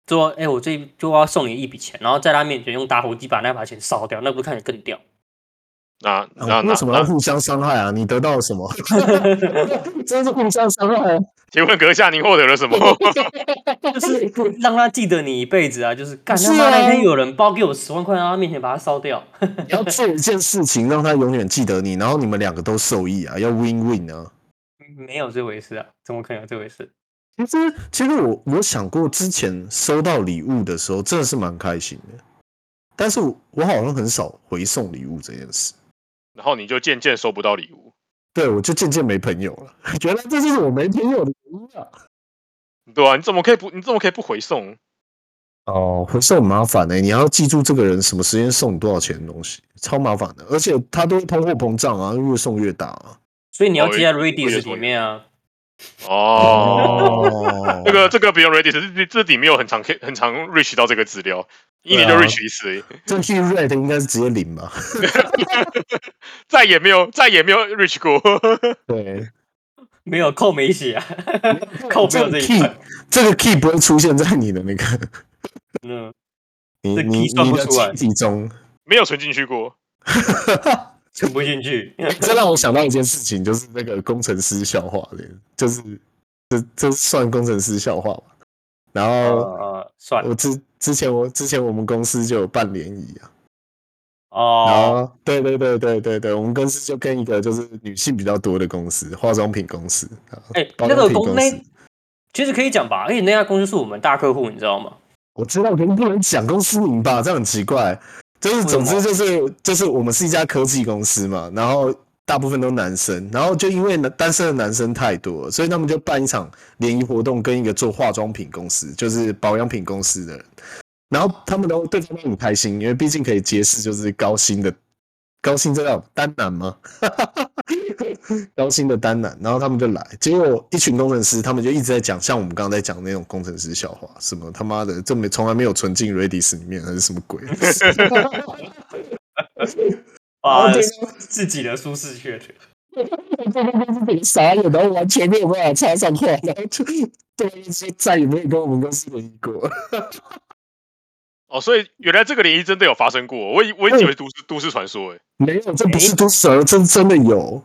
Speaker 1: 说，哎、我这就要送你一笔钱，然后在他面前用打火机把那把钱烧掉，那不看起来更屌？
Speaker 2: 那
Speaker 3: 啊
Speaker 2: 那那
Speaker 3: 为什么要
Speaker 2: 那，
Speaker 3: 互相伤害啊？你得到了什么？ 真是互相伤害、啊。
Speaker 2: 请问阁下您获得了什么？
Speaker 1: 就是让他记得你一辈子啊！就是干
Speaker 3: 是
Speaker 1: 他妈那
Speaker 3: 啊
Speaker 1: 天有人包给我十万块，然后他面前把它烧掉，
Speaker 3: 你要做一件事情让他永远记得你，然后你们两个都受益啊，要 win win 啊。
Speaker 1: 没有这回事啊！怎么可能有这回事？
Speaker 3: 其实，其实我我想过，之前收到礼物的时候真的是蛮开心的，但是我我好像很少回送礼物这件事。
Speaker 2: 然后你就渐渐收不到礼物，
Speaker 3: 对，我就渐渐没朋友了。 原来这就是我没朋友的原因啊！
Speaker 2: 对啊，你怎么可以不你怎么可以不回送？
Speaker 3: 哦，回送很麻烦呢、你要记住这个人什么时间送你多少钱的东西，超麻烦的。而且他都会通货膨胀啊，越送越大啊。
Speaker 1: 所以你要
Speaker 2: 哦
Speaker 1: 记在
Speaker 2: 我也
Speaker 1: Redis
Speaker 2: 说
Speaker 1: 里面啊。
Speaker 2: 哦，
Speaker 3: 哦
Speaker 2: 这个这个不用 Reddit，这这里没有很常可以很常 reach 到这个资料，一年就
Speaker 3: 对啊
Speaker 2: reach 一次而已，
Speaker 3: 这 hit rate 应该是直接零吧？
Speaker 2: 再也没有再也没有 reach 过。
Speaker 3: 对，
Speaker 1: 没有扣没写啊，扣没
Speaker 3: 这
Speaker 1: 有这
Speaker 3: 个
Speaker 1: 一
Speaker 3: key
Speaker 1: 块。
Speaker 3: 这个 key 不会出现在你的那个
Speaker 1: 嗯，
Speaker 3: 你
Speaker 1: 这
Speaker 3: 你
Speaker 1: key 算
Speaker 3: 你
Speaker 1: 不
Speaker 3: 的
Speaker 1: 出来
Speaker 3: 记忆中。
Speaker 2: 没有存进去过。
Speaker 1: 存不进去。
Speaker 3: 这让我想到一件事情，就是那个工程师笑话的，就是这这算工程师笑话吧？然后
Speaker 1: 呃，算了
Speaker 3: 我之之前我之前我们公司就有办联谊啊，然
Speaker 1: 哦，
Speaker 3: 后对对对对对对，我们公司就跟一个就是女性比较多的公司，化妆品公司，啊
Speaker 1: 哎、
Speaker 3: 保
Speaker 1: 那
Speaker 3: 养
Speaker 1: 个
Speaker 3: 品
Speaker 1: 公
Speaker 3: 公
Speaker 1: 那
Speaker 3: 司
Speaker 1: 其实可以讲吧，而且那家公司是我们大客户，你知道吗？
Speaker 3: 我知道，可是不能讲公司名吧，这样很奇怪。就是
Speaker 1: 为什么
Speaker 3: 总之就是就是我们是一家科技公司嘛，然后大部分都男生，然后就因为男单身的男生太多了，所以他们就办一场联谊活动，跟一个做化妆品公司，就是保养品公司的人，然后他们都对方都很开心，因为毕竟可以结识就是高薪的高薪这叫单男吗？ 高薪的单男，然后他们就来，结果一群工程师，他们就一直在讲像我们刚刚在讲那种工程师笑话，什么他妈的这没从来没有存进 Redis 里面还是什么鬼？
Speaker 1: 啊，
Speaker 3: 哦对
Speaker 1: 自己的舒适圈。
Speaker 3: 傻眼，然后完全没有办法插上话，然后就对方说再也没有跟我们公司联谊过。
Speaker 2: 哦，所以原来这个联谊真的有发生过，我以我一直以为都市都市传说哎。
Speaker 3: 没有，这不是都市传说，这真的有。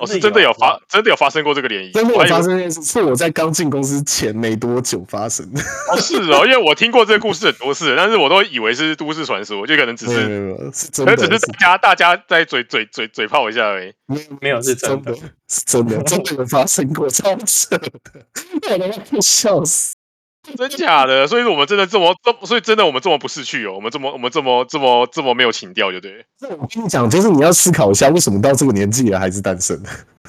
Speaker 2: 哦，是真的有发，真的有发生过这个涟
Speaker 3: 真
Speaker 2: 漪，我
Speaker 3: 的有
Speaker 2: 还以为
Speaker 3: 发生这件事，是我在刚进公司前没多久发生的。
Speaker 2: 哦，是哦，因为我听过这个故事很多次，但是我都以为是都市传说，就可能只
Speaker 3: 没有没
Speaker 2: 是，
Speaker 3: 有没有，是
Speaker 2: 可
Speaker 3: 真 的，
Speaker 2: 能只是大家大家在嘴嘴嘴嘴炮一下而已。
Speaker 3: 没有
Speaker 1: 没有是真
Speaker 3: 真
Speaker 1: 的
Speaker 3: 的，是真的， 真的有发生过，超扯的， 我他妈快笑死。
Speaker 2: 真假的？所以我们真的这么这，所以真的我们这么不识趣哦，我们这么我们这么这么这么没有情调，就 对了。
Speaker 3: 那我跟你讲，就是你要思考一下，为什么到这个年纪了还是单身？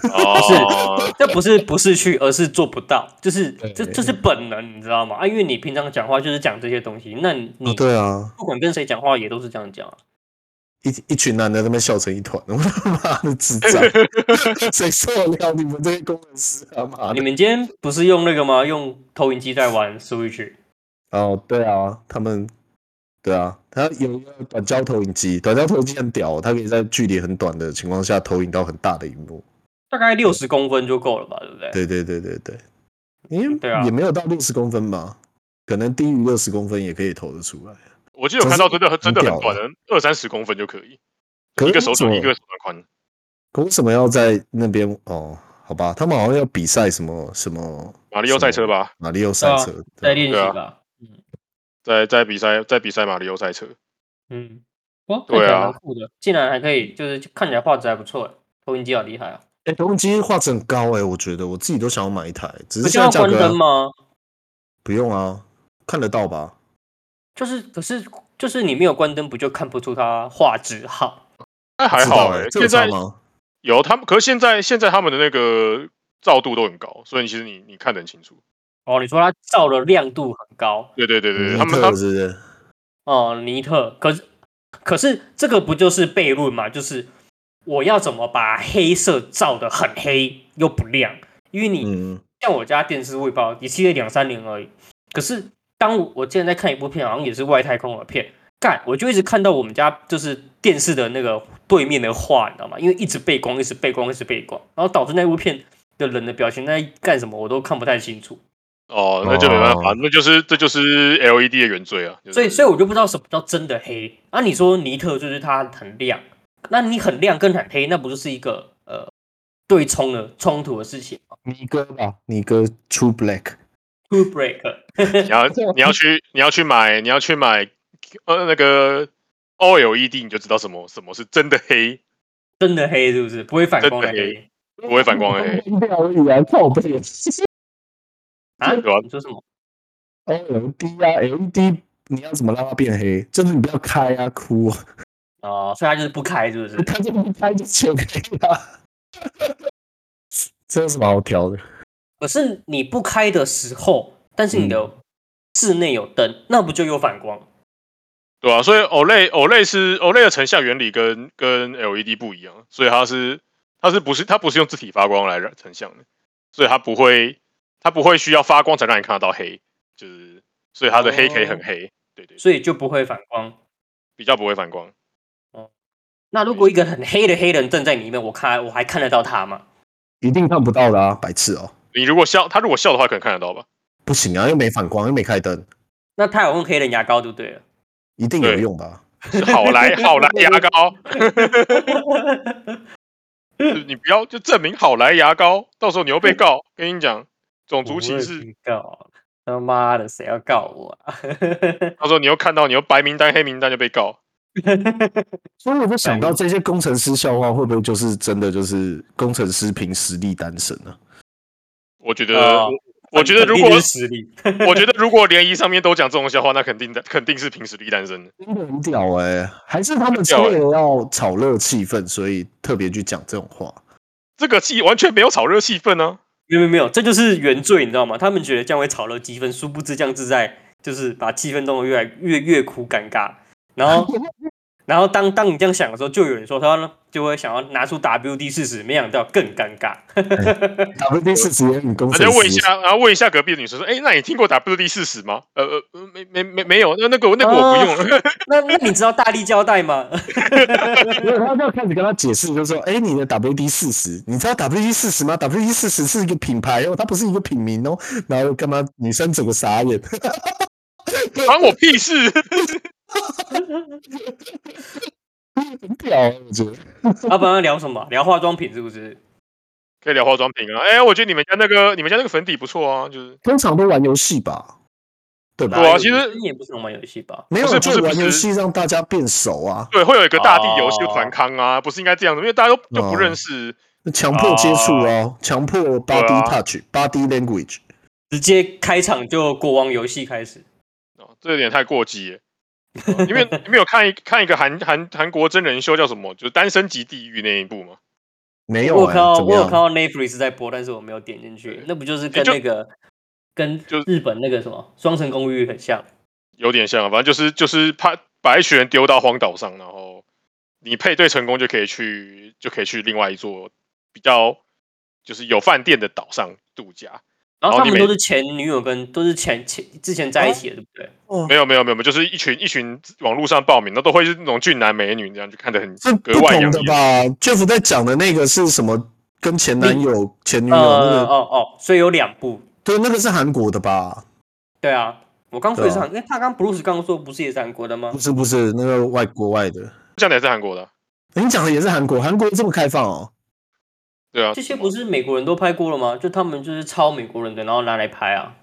Speaker 2: 哦，
Speaker 1: 这不是不是去，而是做不到，就是这
Speaker 3: 对
Speaker 1: 这是本能，你知道吗？啊，因为你平常讲话就是讲这些东西，那你
Speaker 3: 哦
Speaker 1: 你
Speaker 3: 对啊，
Speaker 1: 不管跟谁讲话也都是这样讲啊。
Speaker 3: 一一群男的在那边笑成一团，我他妈的 智障，谁受得了你们这些工程师啊？妈
Speaker 1: 你
Speaker 3: 的！
Speaker 1: 们今天不是用那个吗？用投影机在玩 Switch，
Speaker 3: 哦，对啊，他们，对啊，他有一个短焦投影机，短焦投影机很屌，它可以在距离很短的情况下投影到很大的荧幕。
Speaker 1: 大概六十公分就够了吧，对不对？
Speaker 3: 对对对对对，因
Speaker 1: 对啊
Speaker 3: 为也没有到六十公分吧，可能低于六十公分也可以投得出来。
Speaker 2: 我记得有看到真的很真的
Speaker 3: 真
Speaker 2: 很
Speaker 3: 是
Speaker 2: 短的，二三十公分就可以，
Speaker 3: 可
Speaker 2: 一
Speaker 3: 是
Speaker 2: 个手
Speaker 3: 为什
Speaker 2: 掌
Speaker 3: 么
Speaker 2: 一个手掌宽。
Speaker 3: 可为什么要在那边？哦，好吧，他们好像要比赛什么什么
Speaker 2: 马里奥赛车
Speaker 3: 吧，
Speaker 2: 吧，
Speaker 3: 马里奥赛
Speaker 1: 啊
Speaker 3: 车，
Speaker 1: 在
Speaker 3: 对
Speaker 1: 练习
Speaker 2: 对啊
Speaker 1: 吧。嗯
Speaker 2: 在在比赛在比赛马里奥赛车，
Speaker 1: 嗯，哇，看
Speaker 2: 对
Speaker 1: 起来
Speaker 2: 啊
Speaker 1: 蛮酷的，竟然还可以，就是看起来画质还不错欸，投影机好厉害啊！
Speaker 3: 哎，投影机画质很高哎，我觉得我自己都想要买一台，只
Speaker 1: 不
Speaker 3: 是
Speaker 1: 就
Speaker 3: 现在
Speaker 1: 要
Speaker 3: 价
Speaker 1: 关
Speaker 3: 格
Speaker 1: 灯
Speaker 3: 啊
Speaker 1: 吗？
Speaker 3: 不用啊，看得到吧？
Speaker 1: 就是可是就是你没有关灯，不就看不出它画质好？
Speaker 2: 那还
Speaker 3: 知道
Speaker 2: 好
Speaker 3: 哎
Speaker 2: 哎，，
Speaker 3: 这有
Speaker 2: 现
Speaker 3: 差
Speaker 2: 在
Speaker 3: 吗？
Speaker 2: 有他们，可是现在现在他们的那个照度都很高，所以其实你你看得很清楚。
Speaker 1: 哦，你说它照的亮度很高
Speaker 2: 对对对对，
Speaker 3: 尼
Speaker 2: 对呃他们
Speaker 3: 特
Speaker 2: 他们
Speaker 3: 是不是？
Speaker 1: 哦，尼特，可是可是这个不就是悖论嘛？就是我要怎么把黑色照的很黑又不亮？因为你、
Speaker 3: 嗯，
Speaker 1: 像我家电视我也不知道，也系了两三年而已。可是当我我之前在看一部片，好像也是外太空的片，干我就一直看到我们家就是电视的那个对面的画，你知道吗？因为一直背光，一直背光，一直背光，然后导致那部片的人的表情在干什么我都看不太清楚。
Speaker 2: 哦，那就没办法
Speaker 3: 哦，
Speaker 2: 那就是这就是 LED 的原罪啊。就是
Speaker 1: 所以，所以我就不知道什么叫真的黑。那、你说尼特就是它很亮，那你很亮跟很黑，那不就是一个呃对冲的冲突的事情吗
Speaker 3: 尼哥吧，尼哥 True Black，
Speaker 1: ？Two break，
Speaker 2: 你要你要去你要去买你要去买呃那个 OLED，你就知道什么什么是真的黑，
Speaker 1: 真的黑是不是不会反光的
Speaker 2: 真的
Speaker 1: 黑
Speaker 2: 不会反光的黑。
Speaker 3: 掉而已啊，靠背。
Speaker 1: 啊？
Speaker 2: 对啊
Speaker 1: 你说什么？
Speaker 3: LED 啊，LED 你要怎么让它变黑？就是你不要开啊，哭啊，
Speaker 1: 哦，所以它就是不开，是不是？
Speaker 3: 它就不开就全黑 啊。这有什么好调的？
Speaker 1: 可是你不开的时候，但是你的
Speaker 2: 嗯
Speaker 1: 室内有灯，那不就有反光？
Speaker 2: 对啊，所以 OLED OLED 是 OLED 的成像原理跟跟 LED 不一样，所以它是它是不是它不是用自体发光来让成像的，所以它不会它不会需要发光才让你看得到黑，就是所以它的黑可以很
Speaker 1: 哦
Speaker 2: 黑，对对，
Speaker 1: 所以就不会反光。
Speaker 2: 比较不会反光。
Speaker 1: 那如果一个很黑的黑人站在里面，我看我还看得到他吗？
Speaker 3: 一定看不到的啊，白痴哦！
Speaker 2: 你如果笑，它如果笑的话，可能看得到吧？
Speaker 3: 不行啊，又没反光，又没开灯，
Speaker 1: 那他有用黑人牙膏就对了。
Speaker 3: 一定有
Speaker 2: 对
Speaker 3: 用吧？
Speaker 2: 是好来好来牙膏，就是你不要就证明好来牙膏，到时候你又被 告。跟你讲，种族歧
Speaker 1: 我会
Speaker 2: 视，
Speaker 1: 被告，他妈的，谁要告我啊？
Speaker 2: 到时候你又看到你又白名单黑名单就被告。
Speaker 3: 所以我就想到这些工程师笑话会不会就是真的就是工程师凭实力单身啊呢、
Speaker 2: 我觉得，
Speaker 1: 哦
Speaker 2: 我我觉得如
Speaker 1: 肯定
Speaker 2: 果
Speaker 1: 是实力，
Speaker 2: 我觉得如果联谊上面都讲这种笑话，那肯定的肯定是凭实力单身的。
Speaker 3: 真的很屌哎、还是他们是为
Speaker 2: 欸
Speaker 3: 了要炒热气氛，所以特别去讲这种话。
Speaker 2: 这个气完全没有炒热气氛啊呢、
Speaker 1: 没有没有没有，这就是原罪，你知道吗？他们觉得这样会炒热气氛，殊不知这样是在就是把气氛弄得越来越越苦尴尬。然后，然后当当你这样想的时候，就有人说他呢就会想要拿出 WD 四十，没想到更尴尬。
Speaker 3: WD 是直接很工
Speaker 2: 啊。
Speaker 3: 程
Speaker 2: 人家问一
Speaker 3: 师，
Speaker 2: 下，然后问一下隔壁的女生说：“哎、那你听过 WD 四十吗？”呃呃呃，没没没没有，那那个那个
Speaker 1: 啊
Speaker 2: 我不用 了。
Speaker 1: 那那你知道大力胶带吗？
Speaker 3: 没有他就要开始跟他解释，就说：“哎、你的 WD 四十，你知道 WD 四十吗？WD 四十是一个品牌哦，它不是一个品名哦。”然后干嘛？女生整个傻眼，
Speaker 2: 关我屁事！
Speaker 3: 很屌、欸，我觉得。
Speaker 1: 要不然要聊什么？聊化妆品是不是？
Speaker 2: 可以聊化妆品啊。哎、我觉得你们家那个你们家那个粉底不错啊，就是
Speaker 3: 通常都玩游戏吧，对吧？
Speaker 2: 对啊其实
Speaker 1: 你也不是玩游戏吧？
Speaker 3: 没有
Speaker 2: 不是
Speaker 3: 就
Speaker 2: 不是
Speaker 3: 玩
Speaker 2: 不
Speaker 3: 游
Speaker 2: 是
Speaker 3: 戏让大家变熟啊，
Speaker 2: 对，会有一个大地游戏
Speaker 1: 哦
Speaker 2: 团康啊，不是应该这样子，因为大家都就不认识。
Speaker 3: 强迫接触
Speaker 2: 哦
Speaker 3: 啊，强迫 body
Speaker 2: 啊
Speaker 3: touch、body language。
Speaker 1: 直接开场就国王游戏开始，
Speaker 2: 哦，这有点太过激了。哦你们有你们有看一看一个韩韩韩国真人秀叫什么？就是《单身即地狱》那一部吗？
Speaker 3: 没有、
Speaker 1: 我有
Speaker 3: 欸，
Speaker 1: 看到
Speaker 3: 怎么
Speaker 1: 我有
Speaker 3: 样
Speaker 1: 看？到 Netflix 在播，但是我没有点进去
Speaker 2: 对。
Speaker 1: 那不就是跟
Speaker 2: 就
Speaker 1: 那个跟
Speaker 2: 就哦
Speaker 1: 日本那个什么《双城公寓》很像？
Speaker 2: 有点像啊，反正就是就是怕把一群人丢到荒岛上，然后你配对成功就可以去就可以去另外一座比较就是有饭店的岛上度假。
Speaker 1: 然后
Speaker 2: 然后
Speaker 1: 他
Speaker 2: 你
Speaker 1: 们
Speaker 2: 每
Speaker 1: 都是前女友跟都是前前之前在一起的，对不
Speaker 3: 哦
Speaker 1: 对？
Speaker 2: 没有没有没有，就是一群一群网络上报名，那都会是那种俊男美女，这样就看得很
Speaker 3: 是
Speaker 2: 格
Speaker 3: 不
Speaker 2: 外养
Speaker 3: 同的
Speaker 2: 眼。
Speaker 3: 吧？Jeff 在讲的那个是什么？跟前男友、前女友那
Speaker 1: 呃
Speaker 3: 个，
Speaker 1: 哦哦，所以有两部，
Speaker 3: 对，那个是韩国的吧？
Speaker 1: 对啊。我刚说也是
Speaker 3: 对啊
Speaker 1: 韩，因为他刚 Bruce 刚刚说不是也是韩国的吗
Speaker 3: 不？是，不是，那个外国外的。
Speaker 2: 这样的也是韩国的啊，
Speaker 3: 欸你讲的也是韩国，韩国这么开放哦？
Speaker 2: 对啊
Speaker 1: 这，些不是美国人都拍过了吗？就他们就是抄美国人的，然后拿来拍啊。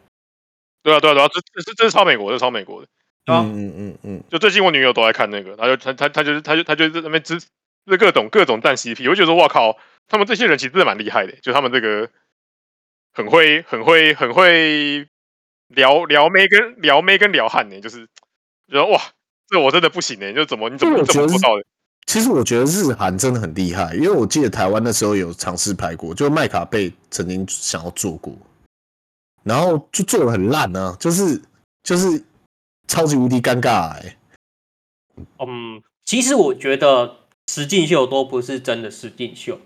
Speaker 2: 对啊对啊对啊，这这这这是超美国，这是超美国的。
Speaker 1: 对啊
Speaker 3: 嗯嗯嗯
Speaker 2: 就最近我女友都在看那个，她就她她她就是她就她就在那边支就是各种各种蛋 CP，我就觉得哇靠，他们这些人其实真的蛮厉害的，欸就他们这个很会很会很会聊聊妹跟聊妹跟聊汉呢，欸就是觉得哇，这我真的不行呢，就怎么你怎么
Speaker 3: 这
Speaker 2: 你
Speaker 3: 我
Speaker 2: 怎么
Speaker 3: 觉
Speaker 2: 做
Speaker 3: 得
Speaker 2: 到的？
Speaker 3: 其实我觉得日韩真的很厉害，因为我记得台湾那时候有尝试拍过，就麦卡贝曾经想要做过，然后就做的很烂啊，就是就是超级无敌尴尬哎、
Speaker 1: 嗯，其实我觉得实境秀都不是真的实境秀，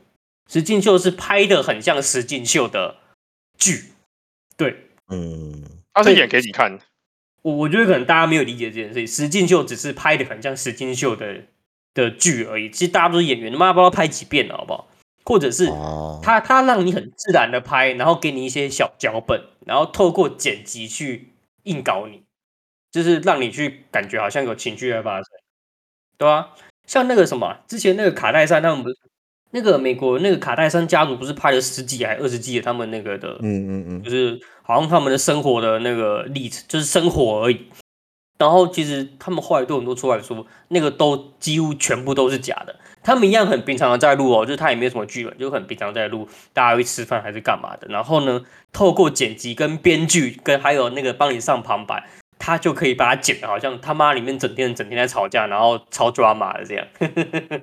Speaker 1: 实境秀是拍的很像实境秀的剧。对
Speaker 3: 嗯，
Speaker 2: 他是
Speaker 1: 对
Speaker 2: 演给你看，
Speaker 1: 我，我觉得可能大家没有理解这件事情，实境秀只是拍的很像实境秀的的剧而已。其实大家都是演员，他妈不知道拍几遍了，好不好？或者是
Speaker 3: 哦，
Speaker 1: 他他让你很自然的拍，然后给你一些小脚本，然后透过剪辑去硬搞你，就是让你去感觉好像有情绪在发生，对啊，像那个什么，之前那个卡戴珊他们不是那个美国那个卡戴珊家族不是拍了十几还二十集的他们那个的，
Speaker 3: 嗯嗯嗯，
Speaker 1: 就是好像他们的生活的那个历程，就是生活而已。然后其实他们后来都很多出来说，那个都几乎全部都是假的。他们一样很平常的在录哦，就是他也没有什么剧本，就很平常在录，大家会吃饭还是干嘛的。然后呢，透过剪辑跟编剧跟还有那个帮你上旁白，他就可以把它剪的好像他妈里面整天整天在吵架，然后超 drama 的这样。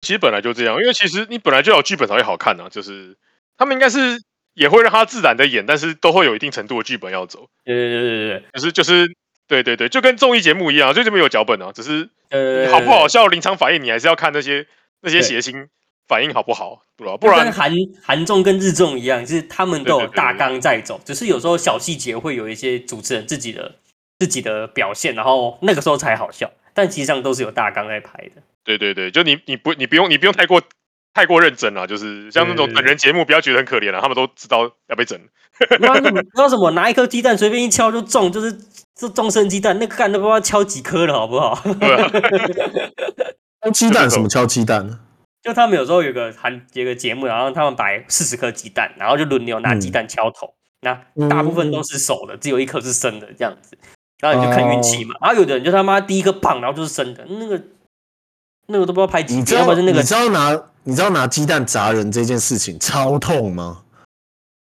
Speaker 2: 其实本来就这样，因为其实你本来就有剧本才会好看啊，就是他们应该是也会让他自然的演，但是都会有一定程度的剧本要走，
Speaker 1: 对对对
Speaker 2: 就是就是对对对，就跟综艺节目一样，就这边有脚本啊，只是。
Speaker 1: 对对，
Speaker 2: 好不好笑，临场反应你还是要看那些那些谐星反应好不好，不然不
Speaker 1: 就
Speaker 2: 然
Speaker 1: 跟韩韩综跟日综一样，就是他们都有
Speaker 2: 对对对
Speaker 1: 大纲在走，只是有时候小细节会有一些主持人自己的自己的表现，然后那个时候才好笑，但其实上都是有大纲在拍 的。
Speaker 2: 对对对，就你你不你不用你不用太过太过认真了，啊就是像那种
Speaker 1: 对对对
Speaker 2: 整人节目，不要觉得很可怜啊了，他们都知道要被 整。
Speaker 1: 那什么那什么拿一颗鸡蛋随便一敲就中，就是这众生鸡蛋，那个干都不知道敲几颗了，好不好？
Speaker 2: 对啊
Speaker 3: 敲鸡蛋什么敲鸡蛋？
Speaker 1: 就他们有时候有个韩有个节目，然后他们摆四十颗鸡蛋，然后就轮流拿鸡蛋敲头，那大部分
Speaker 2: 嗯
Speaker 1: 都是熟的，只有一颗是生的这样子，然
Speaker 2: 哦
Speaker 1: 后你就看运气嘛。然后有的人就他妈第一个胖，然后就是生的，那个那个都不知道拍几
Speaker 3: 你知
Speaker 1: 遍，要不
Speaker 3: 道
Speaker 1: 然就那个
Speaker 3: 你知道拿你知道拿鸡蛋砸人这件事情超痛吗？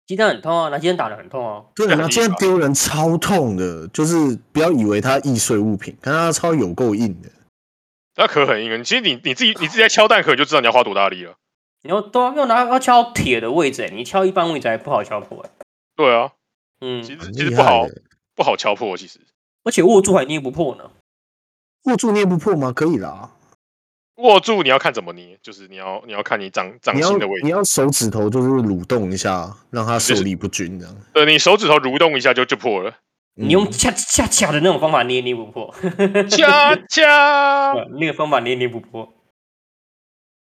Speaker 1: 鸡蛋很痛啊，拿鸡蛋打的很痛啊。
Speaker 3: 对，
Speaker 2: 这很
Speaker 3: 拿
Speaker 2: 厉
Speaker 3: 鸡蛋
Speaker 2: 害
Speaker 3: 丢人超痛的，就是不要以为它易碎物品，看它超有够硬的。
Speaker 2: 那壳很硬啊，其实你你自己你自己在敲蛋壳就知道你要花多大力了。
Speaker 1: 你要都要拿要敲铁的位置、你敲一般位置还不好敲破、欸。
Speaker 2: 对啊，其
Speaker 1: 嗯，
Speaker 2: 实
Speaker 3: 很
Speaker 2: 其实
Speaker 3: 厉
Speaker 2: 不
Speaker 3: 害
Speaker 2: 好
Speaker 3: 的
Speaker 2: 不好敲破，其实
Speaker 1: 而且握住还捏不破呢。
Speaker 3: 握住捏不破吗？可以啦，
Speaker 2: 握住你要看怎么捏，就是你要你要看你掌掌
Speaker 3: 你要
Speaker 2: 心的位
Speaker 3: 你
Speaker 2: 置，
Speaker 3: 要手指头就是蠕动一下，让它受
Speaker 2: 就是
Speaker 3: 力不均这样。
Speaker 2: 对你手指头蠕动一下就就破了，
Speaker 1: 你用恰恰恰的那种方法捏捏不破，
Speaker 2: 恰恰。
Speaker 1: 那个方法捏捏不破。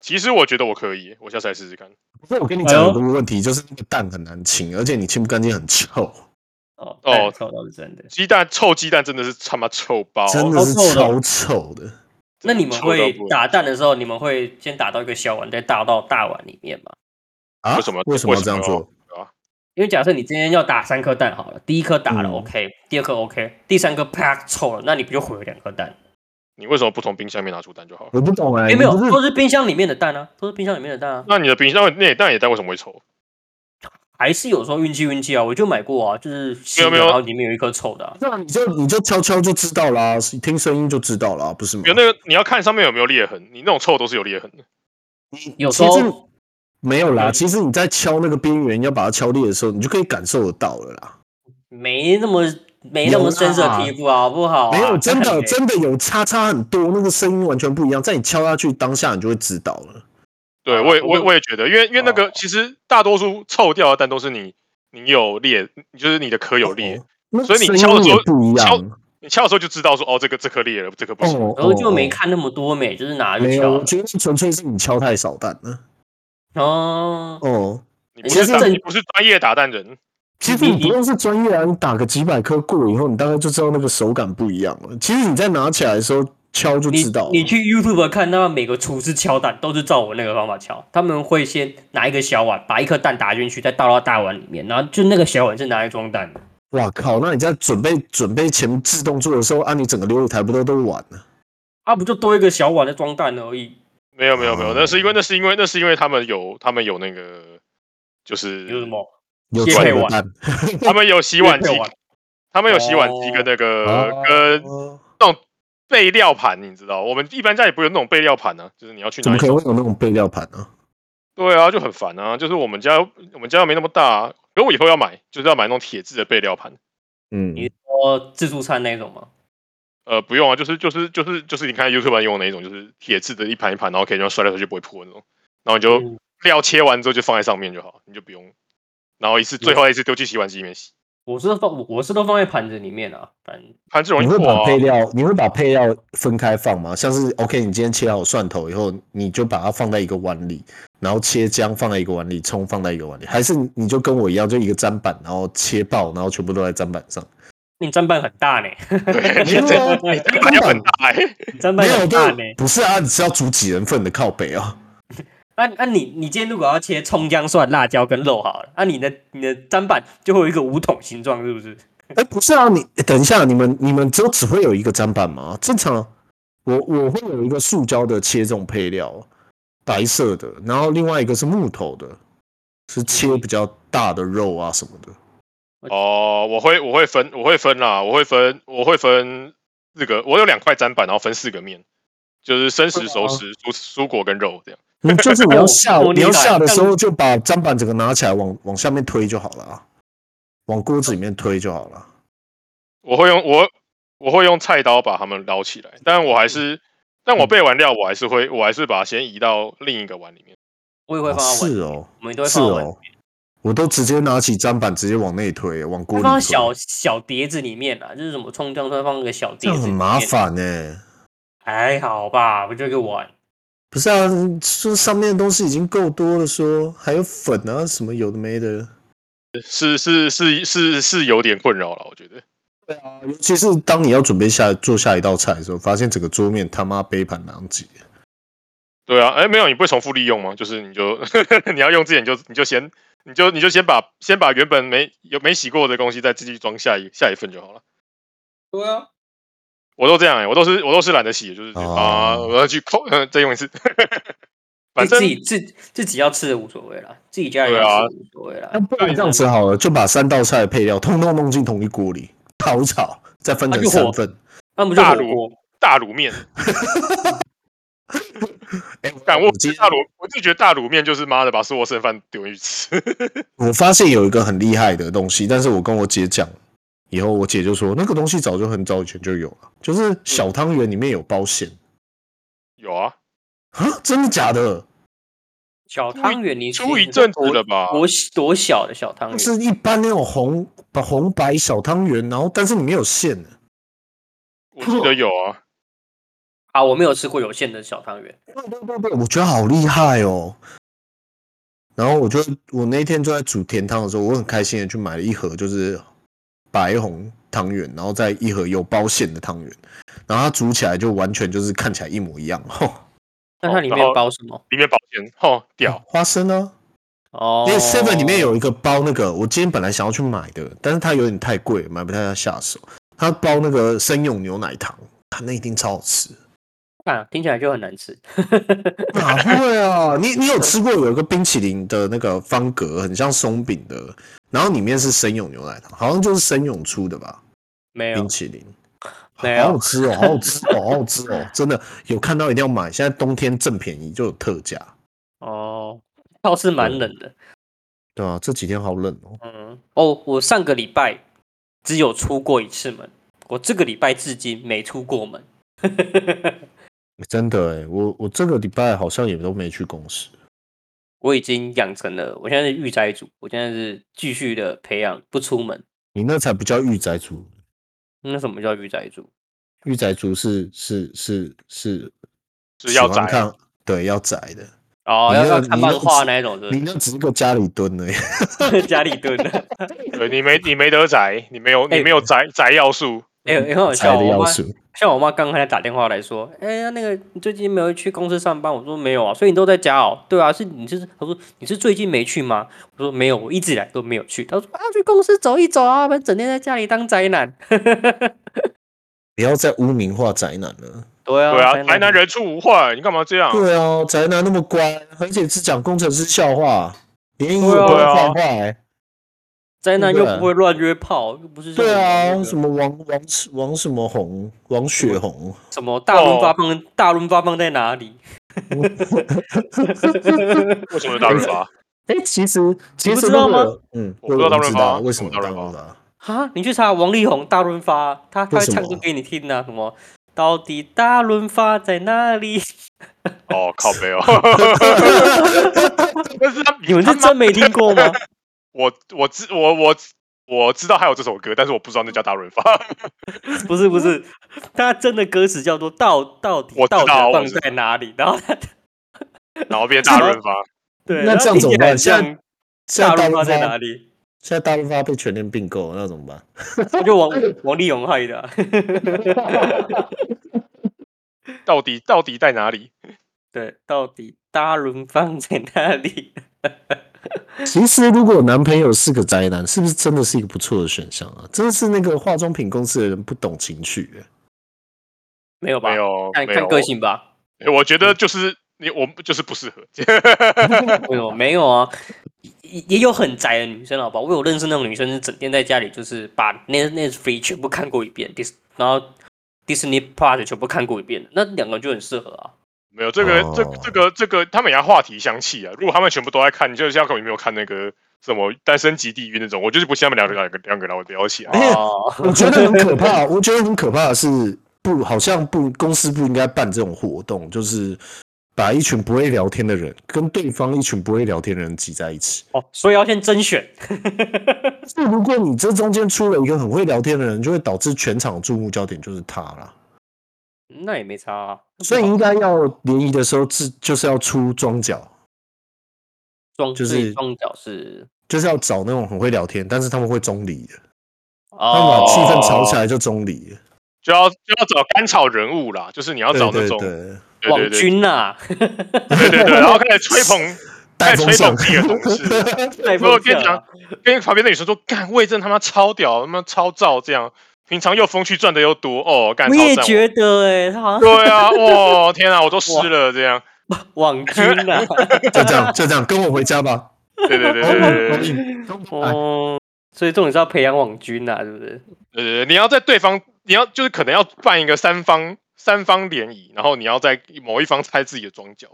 Speaker 2: 其实我觉得我可以，我下次来试试看。
Speaker 3: 不是我跟你
Speaker 1: 哎
Speaker 3: 讲
Speaker 1: 呦
Speaker 3: 有个问题，就是那个蛋很难清，而且你清不干净很臭，
Speaker 1: 哦
Speaker 2: 哦
Speaker 1: 蛋臭倒是真的。
Speaker 2: 鸡蛋臭鸡蛋真的是他妈臭爆，啊
Speaker 3: 真的是
Speaker 1: 超臭
Speaker 3: 超
Speaker 1: 的
Speaker 3: 臭的。
Speaker 1: 那你们
Speaker 2: 臭到
Speaker 1: 会
Speaker 2: 不
Speaker 1: 打蛋的时候，你们会先打到一个小碗，再打到大碗里面吗？
Speaker 3: 啊？
Speaker 2: 为什么
Speaker 3: 为什么要这样
Speaker 2: 为什么
Speaker 3: 做？
Speaker 1: 因为假设你今天要打三颗蛋好了，第一颗打了
Speaker 3: 嗯
Speaker 1: OK，、第二颗 OK，第三颗啪错了，那你不就毁了两颗蛋？
Speaker 2: 你为什么不从冰箱里面拿出蛋就好了？
Speaker 3: 我不懂哎、
Speaker 1: 哎、
Speaker 3: 你
Speaker 1: 没有，
Speaker 3: 不是
Speaker 1: 都是冰箱里面的蛋啊，都是冰箱里面的蛋啊，
Speaker 2: 那你的冰箱那那也蛋也蛋为什么会臭？
Speaker 1: 还是有时候运气运气啊，我就买过啊，就是新的
Speaker 2: 没有没有
Speaker 1: 然后里面有一颗臭的、啊，
Speaker 3: 那你就你就敲敲就知道啦，听声音就知道啦，不是吗？
Speaker 2: 有那个你要看上面有没有裂痕，你那种臭都是有裂痕的。
Speaker 1: 有时
Speaker 3: 其实
Speaker 1: 候
Speaker 3: 没有啦，
Speaker 1: 嗯
Speaker 3: 其实你在敲那个边缘要把它敲裂的时候，你就可以感受得到了啦。
Speaker 1: 没那么没那
Speaker 3: 有
Speaker 1: 么
Speaker 3: 啦
Speaker 1: 深色皮肤啊，好不好、啊？
Speaker 3: 没有，真 的
Speaker 1: 看
Speaker 3: 真的有差差很多，那个声音完全不一样。在你敲下去当下，你就会知道了。
Speaker 2: 对，
Speaker 3: 啊
Speaker 1: 哦
Speaker 2: 我也我也
Speaker 1: 我
Speaker 2: 我也觉得，因为因为那个
Speaker 1: 哦
Speaker 2: 其实大多数臭掉的蛋都是你你有裂，就是你的壳有裂
Speaker 3: 哦，那
Speaker 2: 所以你
Speaker 3: 声音
Speaker 2: 敲的时候
Speaker 3: 也不一
Speaker 2: 敲
Speaker 3: 样。
Speaker 2: 你敲的时候就知道说哦，这个这颗裂了，这个不行。
Speaker 3: 哦，
Speaker 1: 然后就没
Speaker 3: 哦
Speaker 1: 看那么多美，就是拿着
Speaker 3: 没
Speaker 1: 敲
Speaker 3: 有，我
Speaker 1: 了
Speaker 3: 觉得纯粹是你敲太少蛋了。
Speaker 1: 哦。
Speaker 3: 哦，
Speaker 2: 你不
Speaker 1: 其
Speaker 2: 是
Speaker 1: 实
Speaker 2: 打
Speaker 1: 正
Speaker 2: 你不是专业打蛋人，
Speaker 3: 其实你不用是专业啊，你打个几百颗过以后，你大概就知道那个手感不一样了。其实你在拿起来的时候敲就
Speaker 1: 你
Speaker 3: 知道了。
Speaker 1: 你去 YouTube 看，他们每个厨师敲蛋都是照我那个方法敲。他们会先拿一个小碗，把一颗蛋打进去，再倒到大碗里面，然后就那个小碗是拿来装蛋的。
Speaker 3: 哇靠！那你在准备准备前面自动做的时候，啊，你整个琉璃台不都都完了？
Speaker 1: 啊，不就多一个小碗在装蛋而已。
Speaker 2: 没有没有没有，
Speaker 3: 哦
Speaker 2: 那是因为那是因为那是因为他们有他们有那个就是
Speaker 1: 有什么？
Speaker 3: 有
Speaker 1: 业
Speaker 3: 赚
Speaker 1: 配
Speaker 3: 的
Speaker 1: 碗
Speaker 3: 蛋
Speaker 2: 他们有洗碗机
Speaker 1: 业配碗，
Speaker 2: 他们有洗碗机跟那个
Speaker 3: 哦
Speaker 2: 跟那种备料盘，你知道，我们一般家里不是有那种备料盘呢，就是你要去
Speaker 3: 怎
Speaker 2: 哪里
Speaker 3: 么可能会有那种备料盘呢、
Speaker 2: 对啊，就很烦啊。就是我们家我们家没那么大、啊，可我以后要买，就是要买那种铁质的备料盘。
Speaker 3: 嗯
Speaker 1: 你说哦自助餐那种吗？
Speaker 2: 呃，不用啊，就是就是就是就是你看 YouTube 用那一种，就是铁质的一盘一盘，然后可以让摔来摔去不会破那种。然后你就
Speaker 1: 嗯
Speaker 2: 料切完之后就放在上面就好，你就不用。然后一
Speaker 3: 嗯
Speaker 2: 次最后一次丢去洗碗机里面洗，
Speaker 1: 我是放我我是都放在盘子里面啊，反正
Speaker 2: 盘子容易
Speaker 3: 你会
Speaker 2: 破
Speaker 3: 把
Speaker 2: 啊。
Speaker 3: 配料，你会把配料分开放吗？像是 OK，你今天切好蒜头以后，你就把它放在一个碗里，然后切姜放在一个碗里，葱放在一个碗里，还是你就跟我一样，就一个砧板，然后切爆，然后全部都在砧板上？
Speaker 1: 你砧板很大呢，
Speaker 2: 对，你
Speaker 3: 没有
Speaker 2: 这
Speaker 3: 啊
Speaker 2: 这盘要很大 哎、
Speaker 1: 你 砧板
Speaker 3: 没有
Speaker 1: 很大呢。
Speaker 3: 对，不是啊，你是要煮几人份的靠北啊？
Speaker 1: 那那、你你今天如果要切葱姜蒜辣椒跟肉好了，那、你的你的砧板就会有一个五桶形状，是不是？
Speaker 3: 哎、不是啊，你欸等一下，你们你们都只会有一个砧板吗？正常，我我会有一个塑胶的切这种配料，白色的，然后另外一个是木头的，是切比较大的肉啊什么的。
Speaker 2: 哦，我会我会分我会分啦，我会分我会分四个，我有两块砧板，然后分四个面，就是生食、熟食、蔬蔬果跟肉这样。
Speaker 3: 嗯，就是你
Speaker 1: 那
Speaker 3: 要
Speaker 1: 我
Speaker 3: 下
Speaker 1: 我
Speaker 3: 你要
Speaker 1: 理解
Speaker 3: 下的时
Speaker 1: 这
Speaker 3: 候就把砧板整个拿起来往往下面推就好了啊，往锅子里面推就好了。
Speaker 2: 我会用我我会用菜刀把它们捞起来，但我还是，但我备完料，我还是会我还是把它先移到另一个碗里面。
Speaker 1: 我也会
Speaker 3: 哦
Speaker 1: 放到碗，
Speaker 3: 是哦，
Speaker 1: 我们都会
Speaker 3: 是
Speaker 1: 放到碗，
Speaker 3: 哦，我都直接拿起砧板直接往内推，往锅
Speaker 1: 会
Speaker 3: 里
Speaker 1: 放到
Speaker 3: 推，
Speaker 1: 小小碟子里面啊，就是什么葱姜蒜放那个小
Speaker 3: 这
Speaker 1: 碟
Speaker 3: 样
Speaker 1: 子，
Speaker 3: 很麻，烦欸呢、
Speaker 1: 还好吧？不就一个碗，
Speaker 3: 不是啊，这上面的东西已经够多了说还有粉啊什么有的没的。
Speaker 2: 是是是是是有点困扰了，我觉得。
Speaker 3: 对啊，尤其是当你要准备下做下一道菜的时候，发现整个桌面他妈杯盘狼藉。
Speaker 2: 对啊，哎，没有，你不会重复利用吗？就是你就 你要用之前，你就你就先你就你就先把先把原本没有没洗过的东西再继续装下一下一份就好了。
Speaker 1: 对啊，
Speaker 2: 我都这样哎、我都是我都是懒得洗，就是觉得
Speaker 3: 哦
Speaker 2: 啊、我要去扣，呃 再用一次。反
Speaker 1: 自
Speaker 2: 正
Speaker 1: 己自自己要吃的无所谓啦，自己家人
Speaker 2: 对啊
Speaker 1: 要吃的无所谓啦
Speaker 3: 那。不然这样子好了，就把三道菜的配料通通弄进同一锅里，烤一炒，再分成三份。
Speaker 1: 那不就
Speaker 2: 大
Speaker 1: 火
Speaker 2: 卤
Speaker 1: 锅？
Speaker 2: 大卤面，
Speaker 3: 哎、
Speaker 2: 但我
Speaker 3: 今
Speaker 2: 大卤，我就觉得大卤面就是妈的把所有剩饭丢进去吃。
Speaker 3: 我发现有一个很厉害的东西，但是我跟我姐讲，以后我姐就说那个东西早就很早以前就有了，就是小汤圆里面有包馅
Speaker 2: 有啊，
Speaker 3: 啊，真的假的？
Speaker 1: 小汤圆，你
Speaker 2: 出一阵子了吧？
Speaker 1: 多多小的小汤圆？
Speaker 3: 是一般那种红把红白小汤圆，然后但是里面有馅的。
Speaker 2: 我记得有啊，
Speaker 1: 啊，我没有吃过有馅的小汤圆。
Speaker 3: 不不不，我觉得好厉害哦。然后我就我那天就在煮甜汤的时候，我很开心的去买了一盒，就是白红汤圆，然后再一盒有包馅的汤圆，然后它煮起来就完全就是看起来一模一样。吼，
Speaker 1: 那
Speaker 2: 哦
Speaker 1: 它里面
Speaker 2: 然后
Speaker 1: 包什么？嗯
Speaker 2: 里面保险，吼、屌，
Speaker 3: 花生呢、
Speaker 1: 哦，
Speaker 3: 因为 Seven 里面有一个包那个，我今天本来想要去买的，但是它有点太贵，买不太下手。它包那个生用牛奶糖，它那一定超好吃。
Speaker 1: 啊，听起来就很难吃。
Speaker 3: 哪会啊？你你有吃过有一个冰淇淋的那个方格，很像松饼的，然后里面是生用牛奶糖，好像就是生用出的吧？
Speaker 1: 没有
Speaker 3: 冰，淇淋，好
Speaker 1: 没
Speaker 3: 好
Speaker 1: 有，
Speaker 3: 吃哦，好好吃哦，好好吃哦！真的有看到一定要买，现在冬天正便宜，就有特价，
Speaker 1: 哦，倒是蛮冷的。
Speaker 3: 对啊，这几天好冷哦，
Speaker 1: 嗯，哦，我上个礼拜只有出过一次门，我这个礼拜至今没出过门。
Speaker 3: 真的哎，我我这个礼拜好像也都没去公司。
Speaker 1: 我已经养成了，我现在是御宅族，我现在是继续的培养不出门。
Speaker 3: 你那才不叫御宅族，
Speaker 1: 那什么叫御宅族？
Speaker 3: 御宅族是是是是
Speaker 2: 是要
Speaker 3: 喜欢
Speaker 2: 宅
Speaker 3: 看，对，要宅的。
Speaker 1: 哦，
Speaker 3: 你
Speaker 1: 要
Speaker 3: 那
Speaker 1: 要
Speaker 3: 个
Speaker 1: 看
Speaker 3: 你那
Speaker 1: 漫
Speaker 3: 个
Speaker 1: 画
Speaker 3: 是
Speaker 1: 那一种是
Speaker 3: 你那只是个家里蹲而已。
Speaker 1: 不是家里蹲的。
Speaker 2: 对你没你没得宅，你没有你没有宅宅要素，
Speaker 1: 哎、欸，很好
Speaker 3: 宅
Speaker 1: 笑。
Speaker 3: 的
Speaker 1: 我
Speaker 3: 要
Speaker 1: 妈
Speaker 3: 素，
Speaker 1: 像我妈刚才打电话来说，哎、呀，那个你最近没有去公司上班？我说没有啊，所以你都在家哦。对啊，是你就是她说你是最近没去吗？我说没有，我一直以来都没有去。她说啊，去公司走一走啊，不然整天在家里当宅男。
Speaker 3: 不要再污名化宅男了。
Speaker 1: 对啊，
Speaker 2: 对啊，台南人畜无害，你干嘛这样？
Speaker 3: 对啊，宅男那么乖，而且只讲工程师笑话，连英文
Speaker 1: 对啊
Speaker 3: 都会坏坏。
Speaker 1: 宅男
Speaker 3: 对
Speaker 1: 又
Speaker 3: 不对啊
Speaker 1: 不会乱约炮，又不是像
Speaker 3: 对
Speaker 1: 我们那
Speaker 3: 啊，
Speaker 1: 个
Speaker 3: 什么王王王什么红，王雪红，
Speaker 1: 什么大润
Speaker 2: 哦
Speaker 1: 发棒，大润发棒在哪里？
Speaker 2: 为什么有大润 啊发？
Speaker 3: 哎，其实其
Speaker 1: 不
Speaker 3: 实
Speaker 1: 知道
Speaker 3: 那
Speaker 1: 吗
Speaker 3: 个？嗯，
Speaker 2: 我不知道大润发
Speaker 3: 为
Speaker 2: 我
Speaker 3: 什么
Speaker 2: 不知道
Speaker 3: 大
Speaker 2: 大润
Speaker 3: 润
Speaker 2: 发
Speaker 3: 发？
Speaker 1: 啊，你去查王力宏大润发，他他
Speaker 3: 为
Speaker 1: 会
Speaker 3: 什
Speaker 1: 唱
Speaker 3: 么
Speaker 1: 歌给你听啊，什么到底大润发在哪里？
Speaker 2: 哦，靠背 哦， 但是他
Speaker 1: 你们是
Speaker 2: 他妈
Speaker 1: 真没听过吗？
Speaker 2: 我我知我我我知道还有这首歌，但是我不知道那叫大润发。
Speaker 1: 不是不是，他真的歌词叫做到到底
Speaker 2: 我知
Speaker 1: 到底
Speaker 2: 道我
Speaker 1: 棒
Speaker 2: 知
Speaker 1: 在哪里？然后他
Speaker 2: 然后变大润发，
Speaker 1: 对，
Speaker 3: 那
Speaker 1: 然后
Speaker 3: 这样
Speaker 1: 听
Speaker 3: 怎
Speaker 1: 起
Speaker 3: 么
Speaker 1: 来
Speaker 3: 办现在
Speaker 1: 像
Speaker 3: 现
Speaker 1: 大
Speaker 3: 在大
Speaker 1: 润发
Speaker 3: 润发
Speaker 1: 在
Speaker 3: 现
Speaker 1: 哪里？
Speaker 3: 在大润发被全联并购，那怎么办？
Speaker 1: 我就王王力宏害的啊、
Speaker 2: 到底到底在哪里？
Speaker 1: 对，到底大润发在哪里？
Speaker 3: 其实，如果男朋友是个宅男，是不是真的是一个不错的选项啊？真的是那个化妆品公司的人不懂情趣、欸，
Speaker 1: 没有吧？
Speaker 2: 没，有
Speaker 1: 看
Speaker 2: 没
Speaker 1: 看
Speaker 2: 有，
Speaker 1: 个性嗯吧。
Speaker 2: 我我觉得就是你我就是不适合。
Speaker 1: 没有没有啊，也也有很宅的女生，好吧？我有认识那种女生，是整天在家里就是把那那 free 全部看过一遍，dis 然后 Disney Plus 全部看过一遍的，那两个就很适合啊。
Speaker 2: 没有这个这
Speaker 3: 哦
Speaker 2: 这个这个，他们也要话题相契啊。如果他们全部都在看，你就像我有没有看那个什么《单身级地狱》那种，我就是不信他们两个两个两个人聊起啊来。
Speaker 3: 哎
Speaker 1: 哦，
Speaker 3: 我觉得很 可怕。我觉得很可怕的是，不，好像不，公司不应该办这种活动，就是把一群不会聊天的人跟对方一群不会聊天的人挤在一起。
Speaker 1: 哦，所以要先甄选，
Speaker 3: 那如果你这中间出了一个很会聊天的人，就会导致全场注目焦点就是他啦。
Speaker 1: 那也没差啊。
Speaker 3: 所以应该要联谊的时候，是就是要出装脚，
Speaker 1: 装
Speaker 3: 就
Speaker 1: 所以
Speaker 3: 是
Speaker 1: 装脚是
Speaker 3: 就是要找那种很会聊天，但是他们会中离的。他们
Speaker 1: 哦
Speaker 3: 把气氛炒起来就中离了。
Speaker 2: 就要就要找甘草人物啦，就是哦你要
Speaker 3: 对
Speaker 2: 找那
Speaker 3: 对
Speaker 2: 种
Speaker 3: 对，
Speaker 2: 对
Speaker 1: 网
Speaker 2: 对对
Speaker 1: 军 呐、
Speaker 2: 对对对，然后开始吹 捧，
Speaker 3: 带
Speaker 2: 开始吹捧
Speaker 3: 风向
Speaker 2: 自己的同 事，
Speaker 1: 太
Speaker 2: 我
Speaker 1: 风
Speaker 2: 跟你
Speaker 1: 向啊
Speaker 2: 讲
Speaker 1: 了。
Speaker 2: 跟旁边的女生说，干魏正他妈超屌，他妈超照这样，平常又风趣赚的又多哦，干
Speaker 1: 我
Speaker 2: 超
Speaker 1: 也
Speaker 2: 赞
Speaker 1: 觉得哎、他好 像
Speaker 2: 对啊，哇天啊，我都湿了这样，
Speaker 1: 网军 呐、
Speaker 3: 就这样就这样，跟我回家吧。
Speaker 2: 对 对对对对对对
Speaker 1: 哦，所以重点是要培养网军呐、是不是？
Speaker 2: 对对，你要在对方，你要就是可能要办一个三方三方联谊，然后你要在某一方猜自己的庄脚，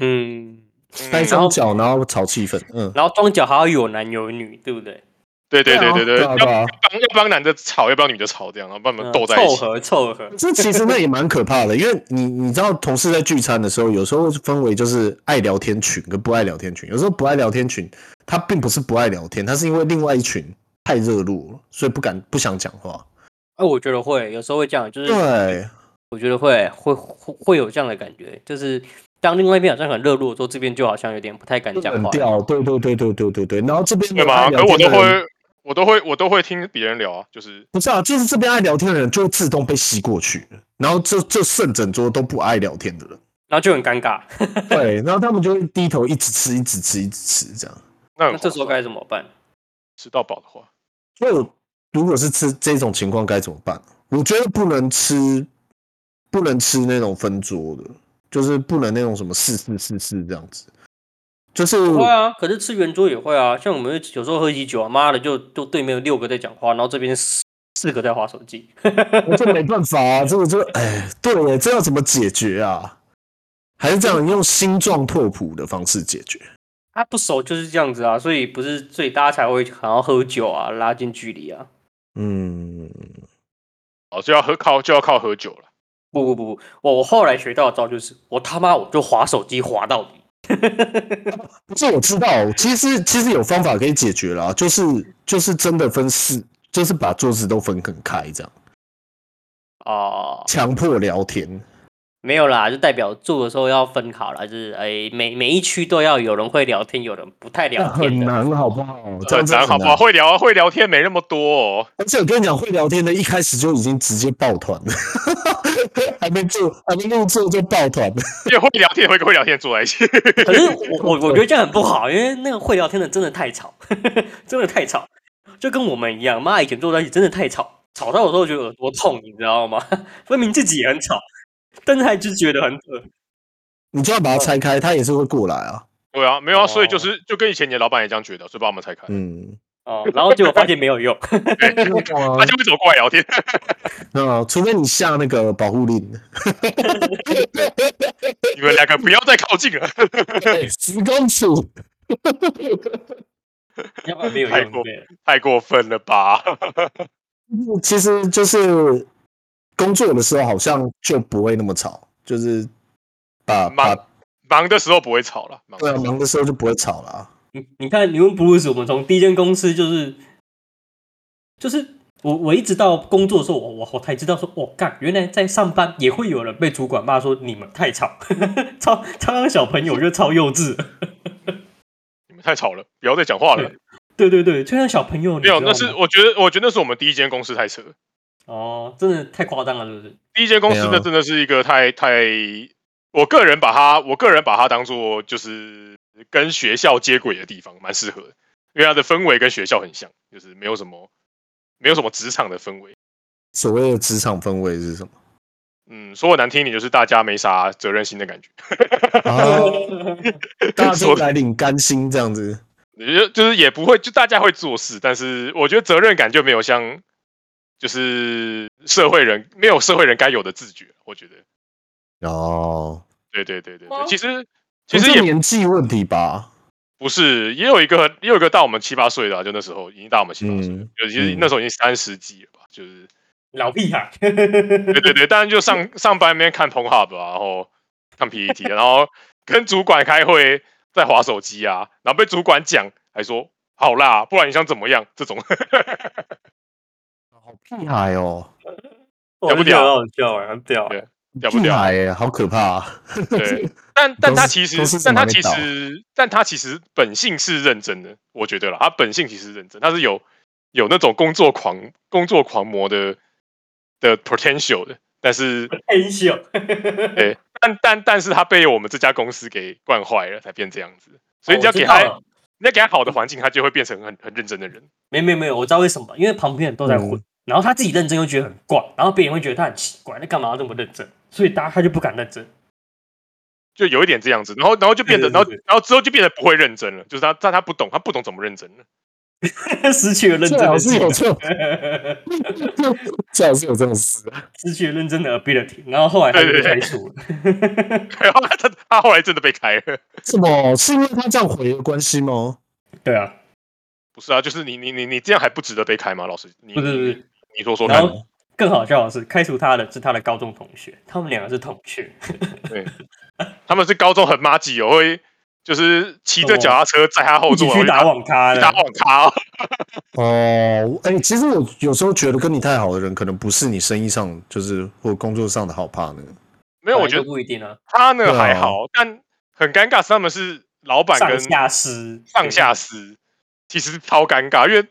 Speaker 1: 嗯。
Speaker 2: 嗯
Speaker 3: 带上脚，然后炒气氛。嗯，
Speaker 1: 然后装脚还要有男有女，对不对？
Speaker 2: 对对对对对，
Speaker 3: 对
Speaker 2: 要
Speaker 3: 啊
Speaker 2: 帮
Speaker 3: 对啊。
Speaker 2: 要帮男的吵，要帮女的吵，这样然后把他们
Speaker 1: 嗯
Speaker 2: 斗在一
Speaker 1: 凑
Speaker 2: 起，
Speaker 1: 合凑合，
Speaker 3: 这其实那也蛮可怕的，因为你你知道，同事在聚餐的时候，有时候氛围就是爱聊天群跟不爱聊天群。有时候不爱聊天群，他并不是不爱聊天，他是因为另外一群太热络了，所以不敢不想讲话。
Speaker 1: 哎，我觉得会，有时候会这样，
Speaker 2: 嗯
Speaker 1: 就是
Speaker 3: 对，
Speaker 1: 我觉得会会会会有这样的感觉，就是当另外一边好像很热络的时候，这边就好像有点不太敢讲
Speaker 3: 冷
Speaker 1: 话。
Speaker 3: 掉。对对对对对对对。然后这边
Speaker 2: 对
Speaker 3: 的
Speaker 2: 吗？
Speaker 3: 爱
Speaker 2: 可
Speaker 3: 聊
Speaker 2: 我
Speaker 3: 天的
Speaker 2: 都
Speaker 3: 人
Speaker 2: 会，我都会，我都会听别人聊啊，就是
Speaker 3: 不是啊，就 是这边爱聊天的人就会自动被吸过去，然后这这剩整桌都不爱聊天的人，
Speaker 1: 然后就很尴尬。
Speaker 3: 对，然后他们就会低头一直吃，一直吃，一直吃这样。
Speaker 2: 那
Speaker 1: 那这时候该怎么办？
Speaker 2: 吃到饱的话，
Speaker 3: 所以我如果是吃这种情况该怎么办？我觉得不能吃，不能吃那种分桌的，就是不能那种什么四四四四这样子，就是
Speaker 1: 会啊，可是吃圆桌也会啊。像我们有时候喝喜酒啊，妈的就就对面有六个在讲话，然后这边四四个在划手机。
Speaker 3: 这没办法啊，这个就哎，对耶，这要怎么解决啊？还是这样用星状拓扑的方式解决？
Speaker 1: 他、啊不熟就是这样子啊，所以不是，所以大家才会想要喝酒啊，拉近距离啊。
Speaker 3: 嗯，
Speaker 2: 哦，就要喝靠就要靠喝酒了。
Speaker 1: 不不不不，我我后来学到的招就是，我他妈我就划手机划到底。
Speaker 3: 这我知道，其实其实有方法可以解决啦，就是就是真的分四，就是把桌子都分很开，这样
Speaker 1: 哦、
Speaker 3: 强迫聊天。
Speaker 1: 没有啦，就代表住的时候要分好啦，就是哎、每每一区都要有人会聊天，有人不太
Speaker 3: 那
Speaker 1: 聊
Speaker 3: 很
Speaker 1: 天的。
Speaker 3: 难，好不好？
Speaker 2: 很
Speaker 3: 这
Speaker 1: 啊
Speaker 3: 样真的
Speaker 2: 难好不好？？会聊会聊天没那么多、哦，
Speaker 3: 而且我跟你讲，会聊天的，一开始就已经直接抱团了， 还没做，还没入座就抱团了。
Speaker 2: 因为会聊天也会跟会聊天坐在一起。
Speaker 1: 可是我我我觉得这样很不好，因为那个会聊天的真的太吵， 真的太吵，就跟我们一样，妈以前坐在一起真的太吵，吵到我都觉得耳朵痛，你知道吗？ 分明自己也很吵，但是还是觉得很恶。
Speaker 3: 你就要把它拆开，他也是会过来啊。
Speaker 2: 对啊，没有啊，所以就
Speaker 1: 哦
Speaker 2: 是就跟以前你的老板也这样觉得，所以把我们 拆开，
Speaker 3: 嗯，
Speaker 1: 哦，然后结果发现没有用，
Speaker 2: 他就会走过来聊天。
Speaker 3: 那除非你下那个保护 令，
Speaker 2: 你们两个不要再靠近了，
Speaker 3: 十公尺。
Speaker 1: 要不然没有
Speaker 2: 太
Speaker 1: 用
Speaker 2: 过
Speaker 1: 对了。
Speaker 2: 太过分了吧？
Speaker 3: 其实就是工作的时候好像就不会那么吵，就是把把
Speaker 2: 忙忙的时候不会吵了，忙
Speaker 3: 对啊
Speaker 2: 的时候
Speaker 3: 忙的时候就不会吵了啊。
Speaker 1: 你你看，你问 Bruce，我们从第一间公司就是就是我我一直到工作的时候，我我我才知道说，我、干，原来在上班也会有人被主管骂说你们太吵， 超超像小朋友，就超幼稚。
Speaker 2: 你们太吵了，不要再讲话了。
Speaker 1: 对对对，就像小朋友，你
Speaker 2: 没有，
Speaker 1: 知道
Speaker 2: 那是
Speaker 1: 吗
Speaker 2: 我觉得，我觉得那是我们第一间公司太扯了。
Speaker 1: 哦，真的太夸张了，是不是？
Speaker 2: 第一间公司
Speaker 3: 没有
Speaker 2: 那真的是一个太太，我个人把它，我个人把它当做就是跟学校接轨的地方，蛮适合的，因为它的氛围跟学校很像，就是没有什么没有什么职场的氛围。
Speaker 3: 所谓的职场氛围是什么？
Speaker 2: 嗯，说我难听一点，就是大家没啥责任心的感觉，
Speaker 3: 啊， 大家
Speaker 2: 说
Speaker 3: 都来领干薪这样子。
Speaker 2: 就就是也不会，就大家会做事，但是我觉得责任感就没有像就是社会人没有社会人该有的自觉，我觉得，
Speaker 3: 哦，
Speaker 2: 对对对对
Speaker 1: 吗
Speaker 2: 对，其实其
Speaker 3: 其
Speaker 2: 实
Speaker 3: 实
Speaker 2: 也
Speaker 3: 年纪问题吧，
Speaker 2: 不是，也有一个也有一个大我们七八岁的啊、就那时候已经大我们七八岁了，
Speaker 3: 嗯
Speaker 2: 就其实
Speaker 3: 嗯
Speaker 2: 那时候已经三十几了吧，就是
Speaker 1: 老屁啊孩，
Speaker 2: 对对对，当然就 上上班那边看 p o n Hub 啊，然后看 PET，然啊 后跟主管开会在划手机啊，然后被主管讲，还说好啦，不然你想怎么样？这 种
Speaker 3: 屁孩哦，
Speaker 2: 屌不
Speaker 1: 我觉得
Speaker 2: 屌
Speaker 1: 很好笑哎，很屌
Speaker 2: 对
Speaker 1: 哎。
Speaker 2: 屌不屌
Speaker 3: 屁？孩耶，好可怕、啊。
Speaker 2: 对，但但他其实
Speaker 3: 都是都是，
Speaker 2: 但他
Speaker 3: 从
Speaker 2: 其
Speaker 3: 哪里
Speaker 2: 实，但他其实本性是认真的，我觉得啦，他本性其实认真，他是有有那种工作狂、工作狂魔的的 potential 的，但是，
Speaker 1: 很笑，
Speaker 2: 对，但但但是他被我们这家公司给惯坏了，才变这样子。所以你
Speaker 1: 哦
Speaker 2: 要
Speaker 1: 我知
Speaker 2: 给
Speaker 1: 道
Speaker 2: 他，
Speaker 1: 了
Speaker 2: 你要给他好的环境，他就会变成很很认真的人。
Speaker 1: 没没没有，我知道为什么，因为旁边人都在混，然后他自己认真又觉得很怪，然后别人会觉得他很奇怪，那干嘛要这么认真？所以大家他就不敢认真。
Speaker 2: 就有一点这样子，然后然后就变得，
Speaker 1: 对对
Speaker 2: 然后
Speaker 1: 对
Speaker 2: 然后之后就变得不会认真了，就是他但他不懂，他不懂怎么认真了。
Speaker 1: 失去了认真
Speaker 3: 最好
Speaker 1: 的
Speaker 3: 是
Speaker 1: 技
Speaker 3: 有
Speaker 1: 能，
Speaker 3: 这种，最好是有这种 事。
Speaker 1: 失去了认真的 ability，然后后来他就被开除了。
Speaker 2: 然后啊他他后来真的被开了。
Speaker 3: 什么？是因为他这样毁了关系吗？
Speaker 1: 对啊，
Speaker 2: 不是啊，就是你你你你这样还不值得被开吗？老师，你
Speaker 1: 不是不
Speaker 2: 你
Speaker 1: 是，
Speaker 2: 你说说
Speaker 1: 然
Speaker 2: 看，
Speaker 1: 后更好笑的是，开除他的是他的高中同学，他们两个是同学。
Speaker 2: 他们是高中很妈鸡哦，会就是骑着
Speaker 1: 什么
Speaker 2: 脚踏车载他后
Speaker 1: 哦一起
Speaker 2: 座
Speaker 1: 去打
Speaker 2: 然后
Speaker 1: 网咖
Speaker 2: 去
Speaker 1: 的
Speaker 2: 打，网咖、哦，
Speaker 3: 哦，哎、其实我有时候觉得跟你太好的人，可能不是你生意上就是或工作上的好 partner。
Speaker 2: 没有，我觉
Speaker 1: 本来就
Speaker 2: 得
Speaker 1: 不一定啊。
Speaker 2: 他呢
Speaker 3: 对啊
Speaker 2: 还好，但很尴尬是他们是老板
Speaker 1: 上
Speaker 2: 跟
Speaker 1: 下司，
Speaker 2: 上下司，其实超尴尬，因为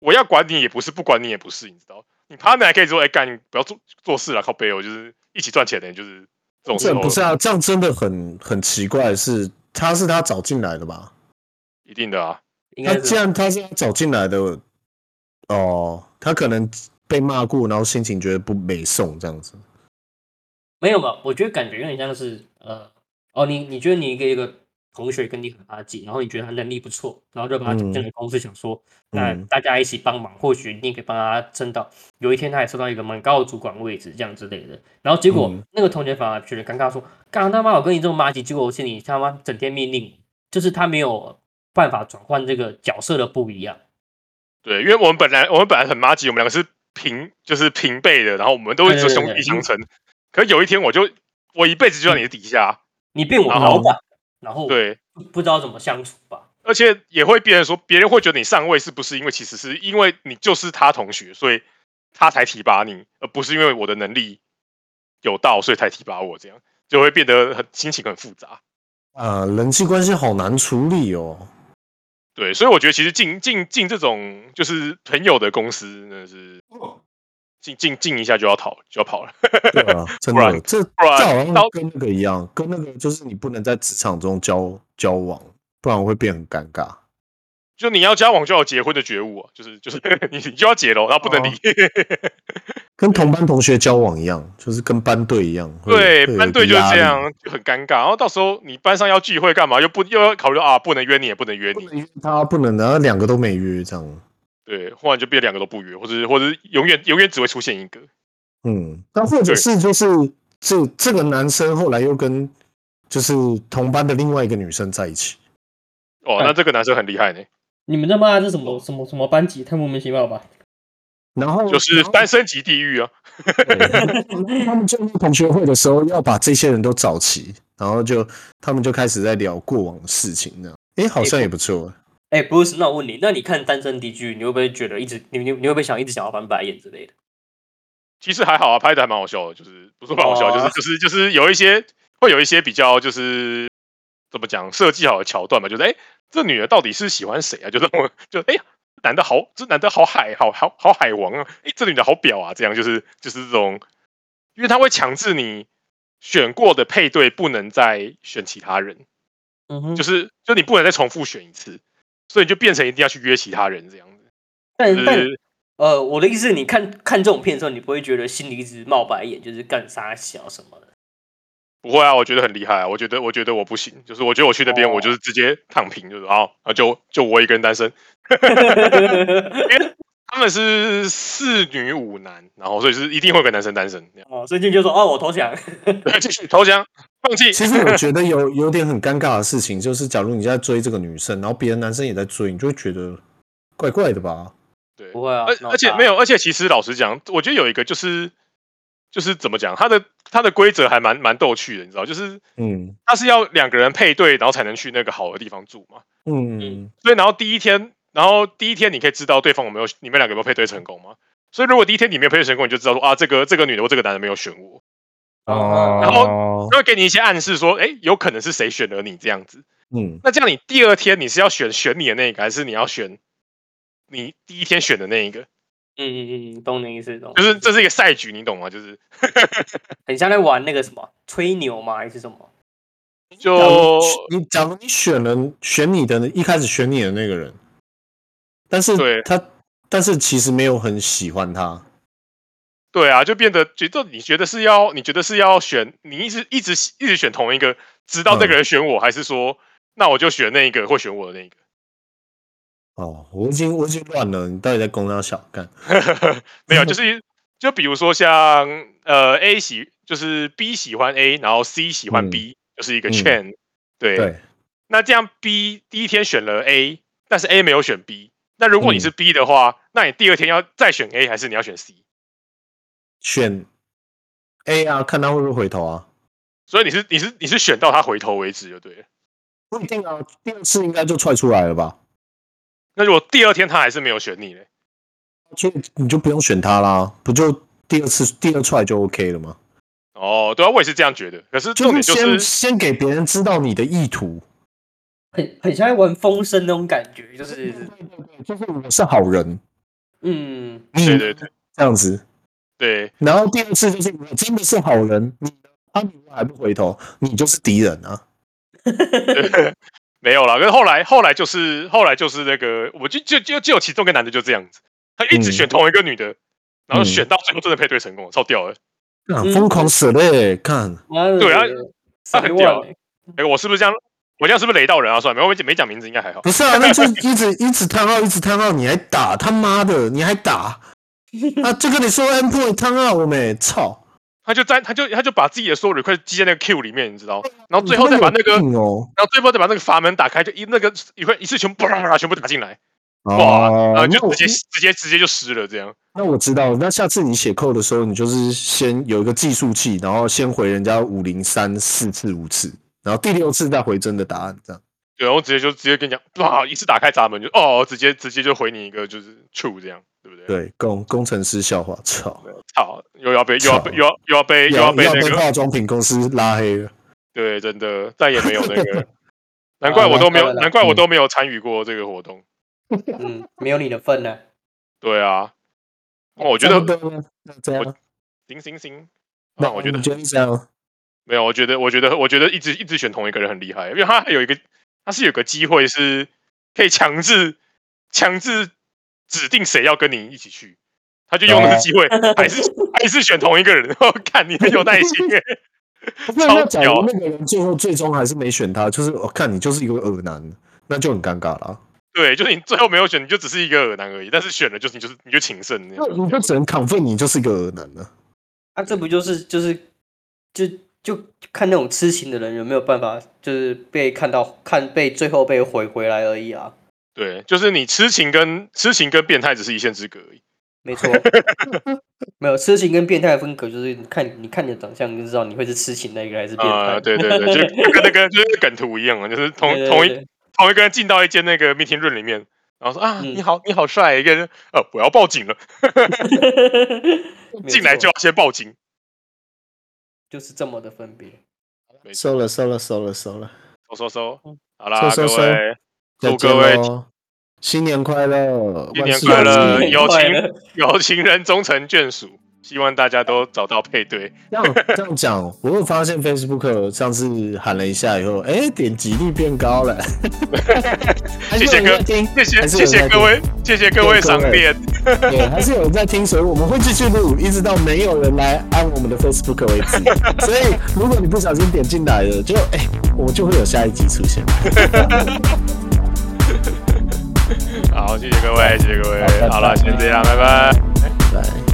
Speaker 2: 我要管你也不是，不管你也不是，你知道，你 partner 还可以说，哎、干，你不要做做事了，靠背哦，就是一起赚钱的，就是这种时
Speaker 3: 这
Speaker 2: 候
Speaker 3: 不是啊，这样真的很很奇怪，是他是他找进来的吧？
Speaker 2: 一定的啊，
Speaker 1: 应
Speaker 3: 那
Speaker 1: 该
Speaker 3: 既
Speaker 1: 是
Speaker 3: 然他是他找进来的，哦，他可能被骂过，然后心情觉得不美送这样子。
Speaker 1: 没有吧？我觉得感觉有点像是呃，哦，你你觉得你一个一个同学跟你很搭近，然后你觉得他能力不错，然后就把他请进来公司，想说、那
Speaker 3: 嗯
Speaker 1: 大家一起帮忙，或许你可以帮他争到有一天他也升到一个蛮高的主管位置这样之类的。然后结果、
Speaker 3: 嗯
Speaker 1: 那个同学反而觉得尴尬，说：“干他妈，我跟你这么垃圾，结果是你他妈整天命令，就是他没有办法转换这个角色的不一样。”
Speaker 2: 对，因为我们本来我们本来很妈吉，我们两个是平就是平辈的，然后我们都一直
Speaker 1: 对对对
Speaker 2: 兄弟相称。可是有一天我就我一辈子就在你的底下，
Speaker 1: 你变我
Speaker 2: 然
Speaker 1: 老
Speaker 2: 后
Speaker 1: 板，然后
Speaker 2: 对，
Speaker 1: 不不知道怎么相处吧？
Speaker 2: 而且也会别人说别人会觉得你上位是不是因为其实是因为你就是他同学，所以他才提拔你，而不是因为我的能力有到所以才提拔我，这样就会变得很心情很复杂。
Speaker 3: 啊、人际关系好难处理哦。
Speaker 2: 对，所以我觉得其实进进进这种就是朋友的公司，真的是进进进一下就要逃就要跑了。
Speaker 3: 对啊，真
Speaker 2: 不
Speaker 3: 的
Speaker 2: 然，
Speaker 3: 这这
Speaker 2: 不然
Speaker 3: 好像
Speaker 2: 到
Speaker 3: 跟那个一样，跟那个就是你不能在职场中交交往，不然会变很尴尬。
Speaker 2: 就你要交往就要有结婚的觉悟啊，就是就是 你你就要结了，然后不能
Speaker 3: 哦
Speaker 2: 离。
Speaker 3: 跟同班同学交往一样，就是跟班队一样。会
Speaker 2: 对
Speaker 3: 会有一，个
Speaker 2: 班队就是
Speaker 3: 压
Speaker 2: 这
Speaker 3: 力
Speaker 2: 样，就很尴尬。然后到时候你班上要聚会干嘛，又不又要考虑啊，不能约你，也不能约
Speaker 3: 不
Speaker 2: 你，
Speaker 3: 能约他，不能，然后两个都没约这样。
Speaker 2: 对，忽然就变两个都不约，或者是或者是永远永远只会出现一个。
Speaker 3: 嗯，但或者
Speaker 2: 对
Speaker 3: 是就是这这个男生后来又跟就是同班的另外一个女生在一起，
Speaker 2: 哦，
Speaker 1: 哎
Speaker 2: 那这个男生很厉害呢，
Speaker 1: 你们他妈这什么什么什么班级？太莫名其妙了吧？
Speaker 3: 然后
Speaker 2: 就是
Speaker 3: 哦然后
Speaker 2: 单身级地狱啊。
Speaker 3: 对他们就同学会的时候要把这些人都找齐，然后就他们就开始在聊过往的事情呢。诶，好像也不错。啊
Speaker 1: 哎、不是，那我问你，那你看《单身地区》，你会不会觉得一直你你你会不会想一直想要翻白眼之类的？
Speaker 2: 其实还好啊，拍的还蛮好笑的，就是不是蛮好笑，
Speaker 1: 哦
Speaker 2: 就是就是就是有一些会有一些比较就是怎么讲设计好的桥段吧，就是哎、诶这女的到底是喜欢谁啊？就让我就哎呀，这男的好，这男的好海，好好好海王啊！哎、这女的好婊啊！这样就是就是这种，因为他会强制你选过的配对不能再选其他人，
Speaker 1: 嗯哼，
Speaker 2: 就是就你不能再重复选一次，所以你就变成一定要去约其他人这样子，
Speaker 1: 嗯但
Speaker 2: 就
Speaker 1: 但
Speaker 2: 是
Speaker 1: 呃，我的意思是，你看看这种片的时候，你不会觉得心里一直冒白眼，就是干啥小什么的。
Speaker 2: 不会啊，我觉得很厉害啊，我觉得我觉得我不行，就是我觉得我去那边、
Speaker 1: 哦
Speaker 2: 我就是直接躺平，就是啊啊就就我一个人单身，他们是四女五男，然后所以是一定会有个男生单身，这样
Speaker 1: 哦，所以就就说哦，我投降。
Speaker 2: 对，继续投降，放弃，
Speaker 3: 其实我觉得有有点很尴尬的事情，就是假如你在追这个女生，然后别的男生也在追，你就会觉得怪怪的吧？
Speaker 2: 对，
Speaker 1: 不会啊
Speaker 2: 而
Speaker 1: 那我
Speaker 2: 而且
Speaker 1: 怕
Speaker 2: 没有，而且其实老实讲，我觉得有一个就是就是怎么讲，它的它的规则还蛮蛮逗趣的，你知道，就是
Speaker 3: 嗯
Speaker 2: 它是要两个人配对，然后才能去那个好的地方住嘛，
Speaker 3: 嗯
Speaker 2: 所以然后第一天，然后第一天你可以知道对方有没有你们两个有没有配对成功吗？所以如果第一天你没有配对成功，你就知道说啊，这个这个女的或这个男的没有选我，
Speaker 1: 哦
Speaker 2: 然后就会给你一些暗示说，哎，有可能是谁选了你这样子。
Speaker 3: 嗯，
Speaker 2: 那这样你第二天你是要选选你的那个，还是你要选你第一天选的那一个？
Speaker 1: 嗯嗯嗯，懂你意思，懂。
Speaker 2: 就是这是一个赛局，你懂吗？就是
Speaker 1: 很像在玩那个什么吹牛吗？还是什么？
Speaker 3: 假如
Speaker 2: 就
Speaker 3: 你假如你选了选你的一开始选你的那个人，但
Speaker 2: 对
Speaker 3: 是他但是其实没有很喜欢他，
Speaker 2: 对啊，就变得觉得你觉得是要你觉得是要选你一直一直一直选同一个，直到这个人选我，还是说那我就选那一个会选我的那一个？
Speaker 3: 哦，我已经我已经乱了，你到底在攻他小干？
Speaker 2: 没有，就是就比如说像呃 A 喜就是 B 喜欢 A，然后 C 喜欢
Speaker 3: 嗯
Speaker 2: B，、就是一个
Speaker 3: 嗯
Speaker 2: chain、对，
Speaker 3: 对，
Speaker 2: 那这样 B 第一天选了 A，但是 A 没有选 B，那如果你是 B 的话，那你第二天要再选 A 还是你要选 C？
Speaker 3: 选 A 啊，看他会不会回头
Speaker 2: 嗯
Speaker 3: 啊？
Speaker 2: 所以你是你是你是选到他回头为止就对了。
Speaker 3: 不一定啊，第二次应该就踹出来了吧？
Speaker 2: 那如果第二天他还是没有选你呢？
Speaker 3: 所以你就不用选他啦，不就第二次第二踹就 OK 了吗？
Speaker 2: 哦，对啊，我也是这样觉得。可是重点
Speaker 3: 是
Speaker 2: 就
Speaker 3: 先、
Speaker 2: 是
Speaker 3: 先给别人知道你的意图，
Speaker 1: 很很像在玩风声那种感觉，就是
Speaker 3: 就是我是好人，
Speaker 1: 嗯，
Speaker 3: 你
Speaker 2: 对对对
Speaker 3: 这样子。
Speaker 2: 对
Speaker 3: 然后第二次就是我真的是好人，你他如果还不回头，你就是敌人啊！
Speaker 2: 没有啦，跟后来后来就是后来就是那个，我就就就就有其中一个男的就这样子，他一直
Speaker 3: 嗯
Speaker 2: 选同一个女的，然后选到最后真的配对成功，超屌的。
Speaker 3: 干
Speaker 2: 嗯
Speaker 3: 疯狂欸舍嘞，看
Speaker 1: 妈的
Speaker 2: 对啊
Speaker 1: 三
Speaker 2: 很
Speaker 1: 万
Speaker 2: 屌
Speaker 1: 欸
Speaker 3: 嗯
Speaker 2: 哎、我是不是这样？我这样是不是雷到人啊？算了，没关系，没讲名字应该还好。
Speaker 3: 不是啊，那就一直一直叹号，一直叹号，你还打他妈的，你还打啊！就跟你说 M point 叹号，我们操，
Speaker 2: 他就在他就他就把自己的所有 request 记在那个 Q 里面，你知
Speaker 3: 嗯
Speaker 2: 道？然后最后再把那个，
Speaker 3: 你
Speaker 2: 然
Speaker 3: 他妈有病哦，
Speaker 2: 后最后再把那个阀门打开，就一那个一块一次全部啪啪啪啪全部打进来，哇！
Speaker 3: 哦
Speaker 2: 然后就
Speaker 3: 那我
Speaker 2: 直接直接直接就湿了这样。
Speaker 3: 那我知道，那下次你写扣的时候，你就是先有一个计数器，然后先回人家五零三四次五次，然后第六次再回真的答案，这样。
Speaker 2: 对，然后直接就直接跟你讲，哇！一次打开闸门就哦，直接直接就回你一个就是 true 这样，对不对？
Speaker 3: 对，工工程师笑话，操，
Speaker 2: 操，又要被又要被又要又要被哎又要
Speaker 3: 要
Speaker 2: 被
Speaker 3: 要
Speaker 2: 那
Speaker 3: 被
Speaker 2: 个，
Speaker 3: 化妆品公司拉 黑了。
Speaker 2: 对，真的再也没有那 个，难怪我都没有，
Speaker 1: 好了
Speaker 2: 难怪我都没有参与过这个活动。
Speaker 1: 嗯，没有你的份呢。
Speaker 2: 对啊，哦我觉
Speaker 3: 差
Speaker 2: 得
Speaker 3: 不多了那这样，
Speaker 2: 行行行，那
Speaker 3: 那
Speaker 2: 啊我觉得
Speaker 3: 你觉得这样，
Speaker 2: 没有，我觉得我觉得我觉得一直一直选同一个人很厉害，因为他还有一个他是有个机会是可以强制强制指定谁要跟你一起去。他就用那个机会，还是还是选同一个人， 然后看你很有耐心耶。
Speaker 3: 那
Speaker 2: 超
Speaker 3: 那假如
Speaker 2: 屌
Speaker 3: 那个人最后最终还是没选他，就是我看你就是一个恶男，那就很尴尬了啊。
Speaker 2: 对，就是你最后没有选，你就只是一个耳男而已。但是选了，就是你就是你就情圣那
Speaker 3: 那
Speaker 2: 样。
Speaker 3: 你就只能亢奋，你就是一个恶男了。
Speaker 1: 啊，这不就是就是就就看那种痴情的人有没有办法，就是被看到看被最后被毁回来而已啊。
Speaker 2: 对，就是你痴情跟痴情跟变态只是一线之隔而已。
Speaker 1: 没错，没有痴情跟变态的分隔，就是你看你看你的长相就知道你会是痴情那个还是变态。
Speaker 2: 啊、对对 对，就就跟那个就是梗图一样啊，就是同
Speaker 1: 对对
Speaker 2: 同
Speaker 1: 对
Speaker 2: 一同一个人进到一间那个 meeting room 里面，然后说啊，
Speaker 1: 嗯
Speaker 2: 你好，你好帅，一个人，呃，我要报警了，
Speaker 1: 没
Speaker 2: 进来
Speaker 1: 错
Speaker 2: 就要先报警。
Speaker 1: 就是这么的分别。
Speaker 2: 没错，
Speaker 3: 收了，收了，收了，收了。
Speaker 2: 收收收
Speaker 1: 嗯，
Speaker 2: 好啦，
Speaker 3: 收
Speaker 2: 各
Speaker 3: 收
Speaker 2: 位，
Speaker 3: 再
Speaker 2: 祝
Speaker 3: 见
Speaker 2: 各位
Speaker 3: 喽，新年快乐，
Speaker 2: 新
Speaker 3: 万
Speaker 2: 年
Speaker 3: 事
Speaker 2: 快
Speaker 3: 如
Speaker 2: 乐，
Speaker 3: 意
Speaker 1: 新年
Speaker 2: 有
Speaker 1: 快
Speaker 2: 情
Speaker 1: 乐
Speaker 2: 有情人终成眷属，希望大家都找到配对。
Speaker 3: 这样这样讲，我有发现 Facebook 上次喊了一下以后，哎、点击率变 高了。还
Speaker 2: 谢
Speaker 3: 是
Speaker 2: 谢
Speaker 3: 有人
Speaker 2: 各
Speaker 3: 在听，
Speaker 2: 谢谢
Speaker 3: 还是
Speaker 2: 谢
Speaker 3: 有
Speaker 2: 谢各
Speaker 3: 在听
Speaker 2: 位，谢谢各位赏脸，
Speaker 3: 对，还是有人在听，所以我们会继续录，一直到没有人来按我们的 Facebook 为止。所以如果你不小心点进来了，就哎、我就会有下一集出现。
Speaker 2: 好，谢谢各位，谢谢各位
Speaker 3: 好拜，拜
Speaker 2: 好了，先这样，拜拜。
Speaker 3: 对。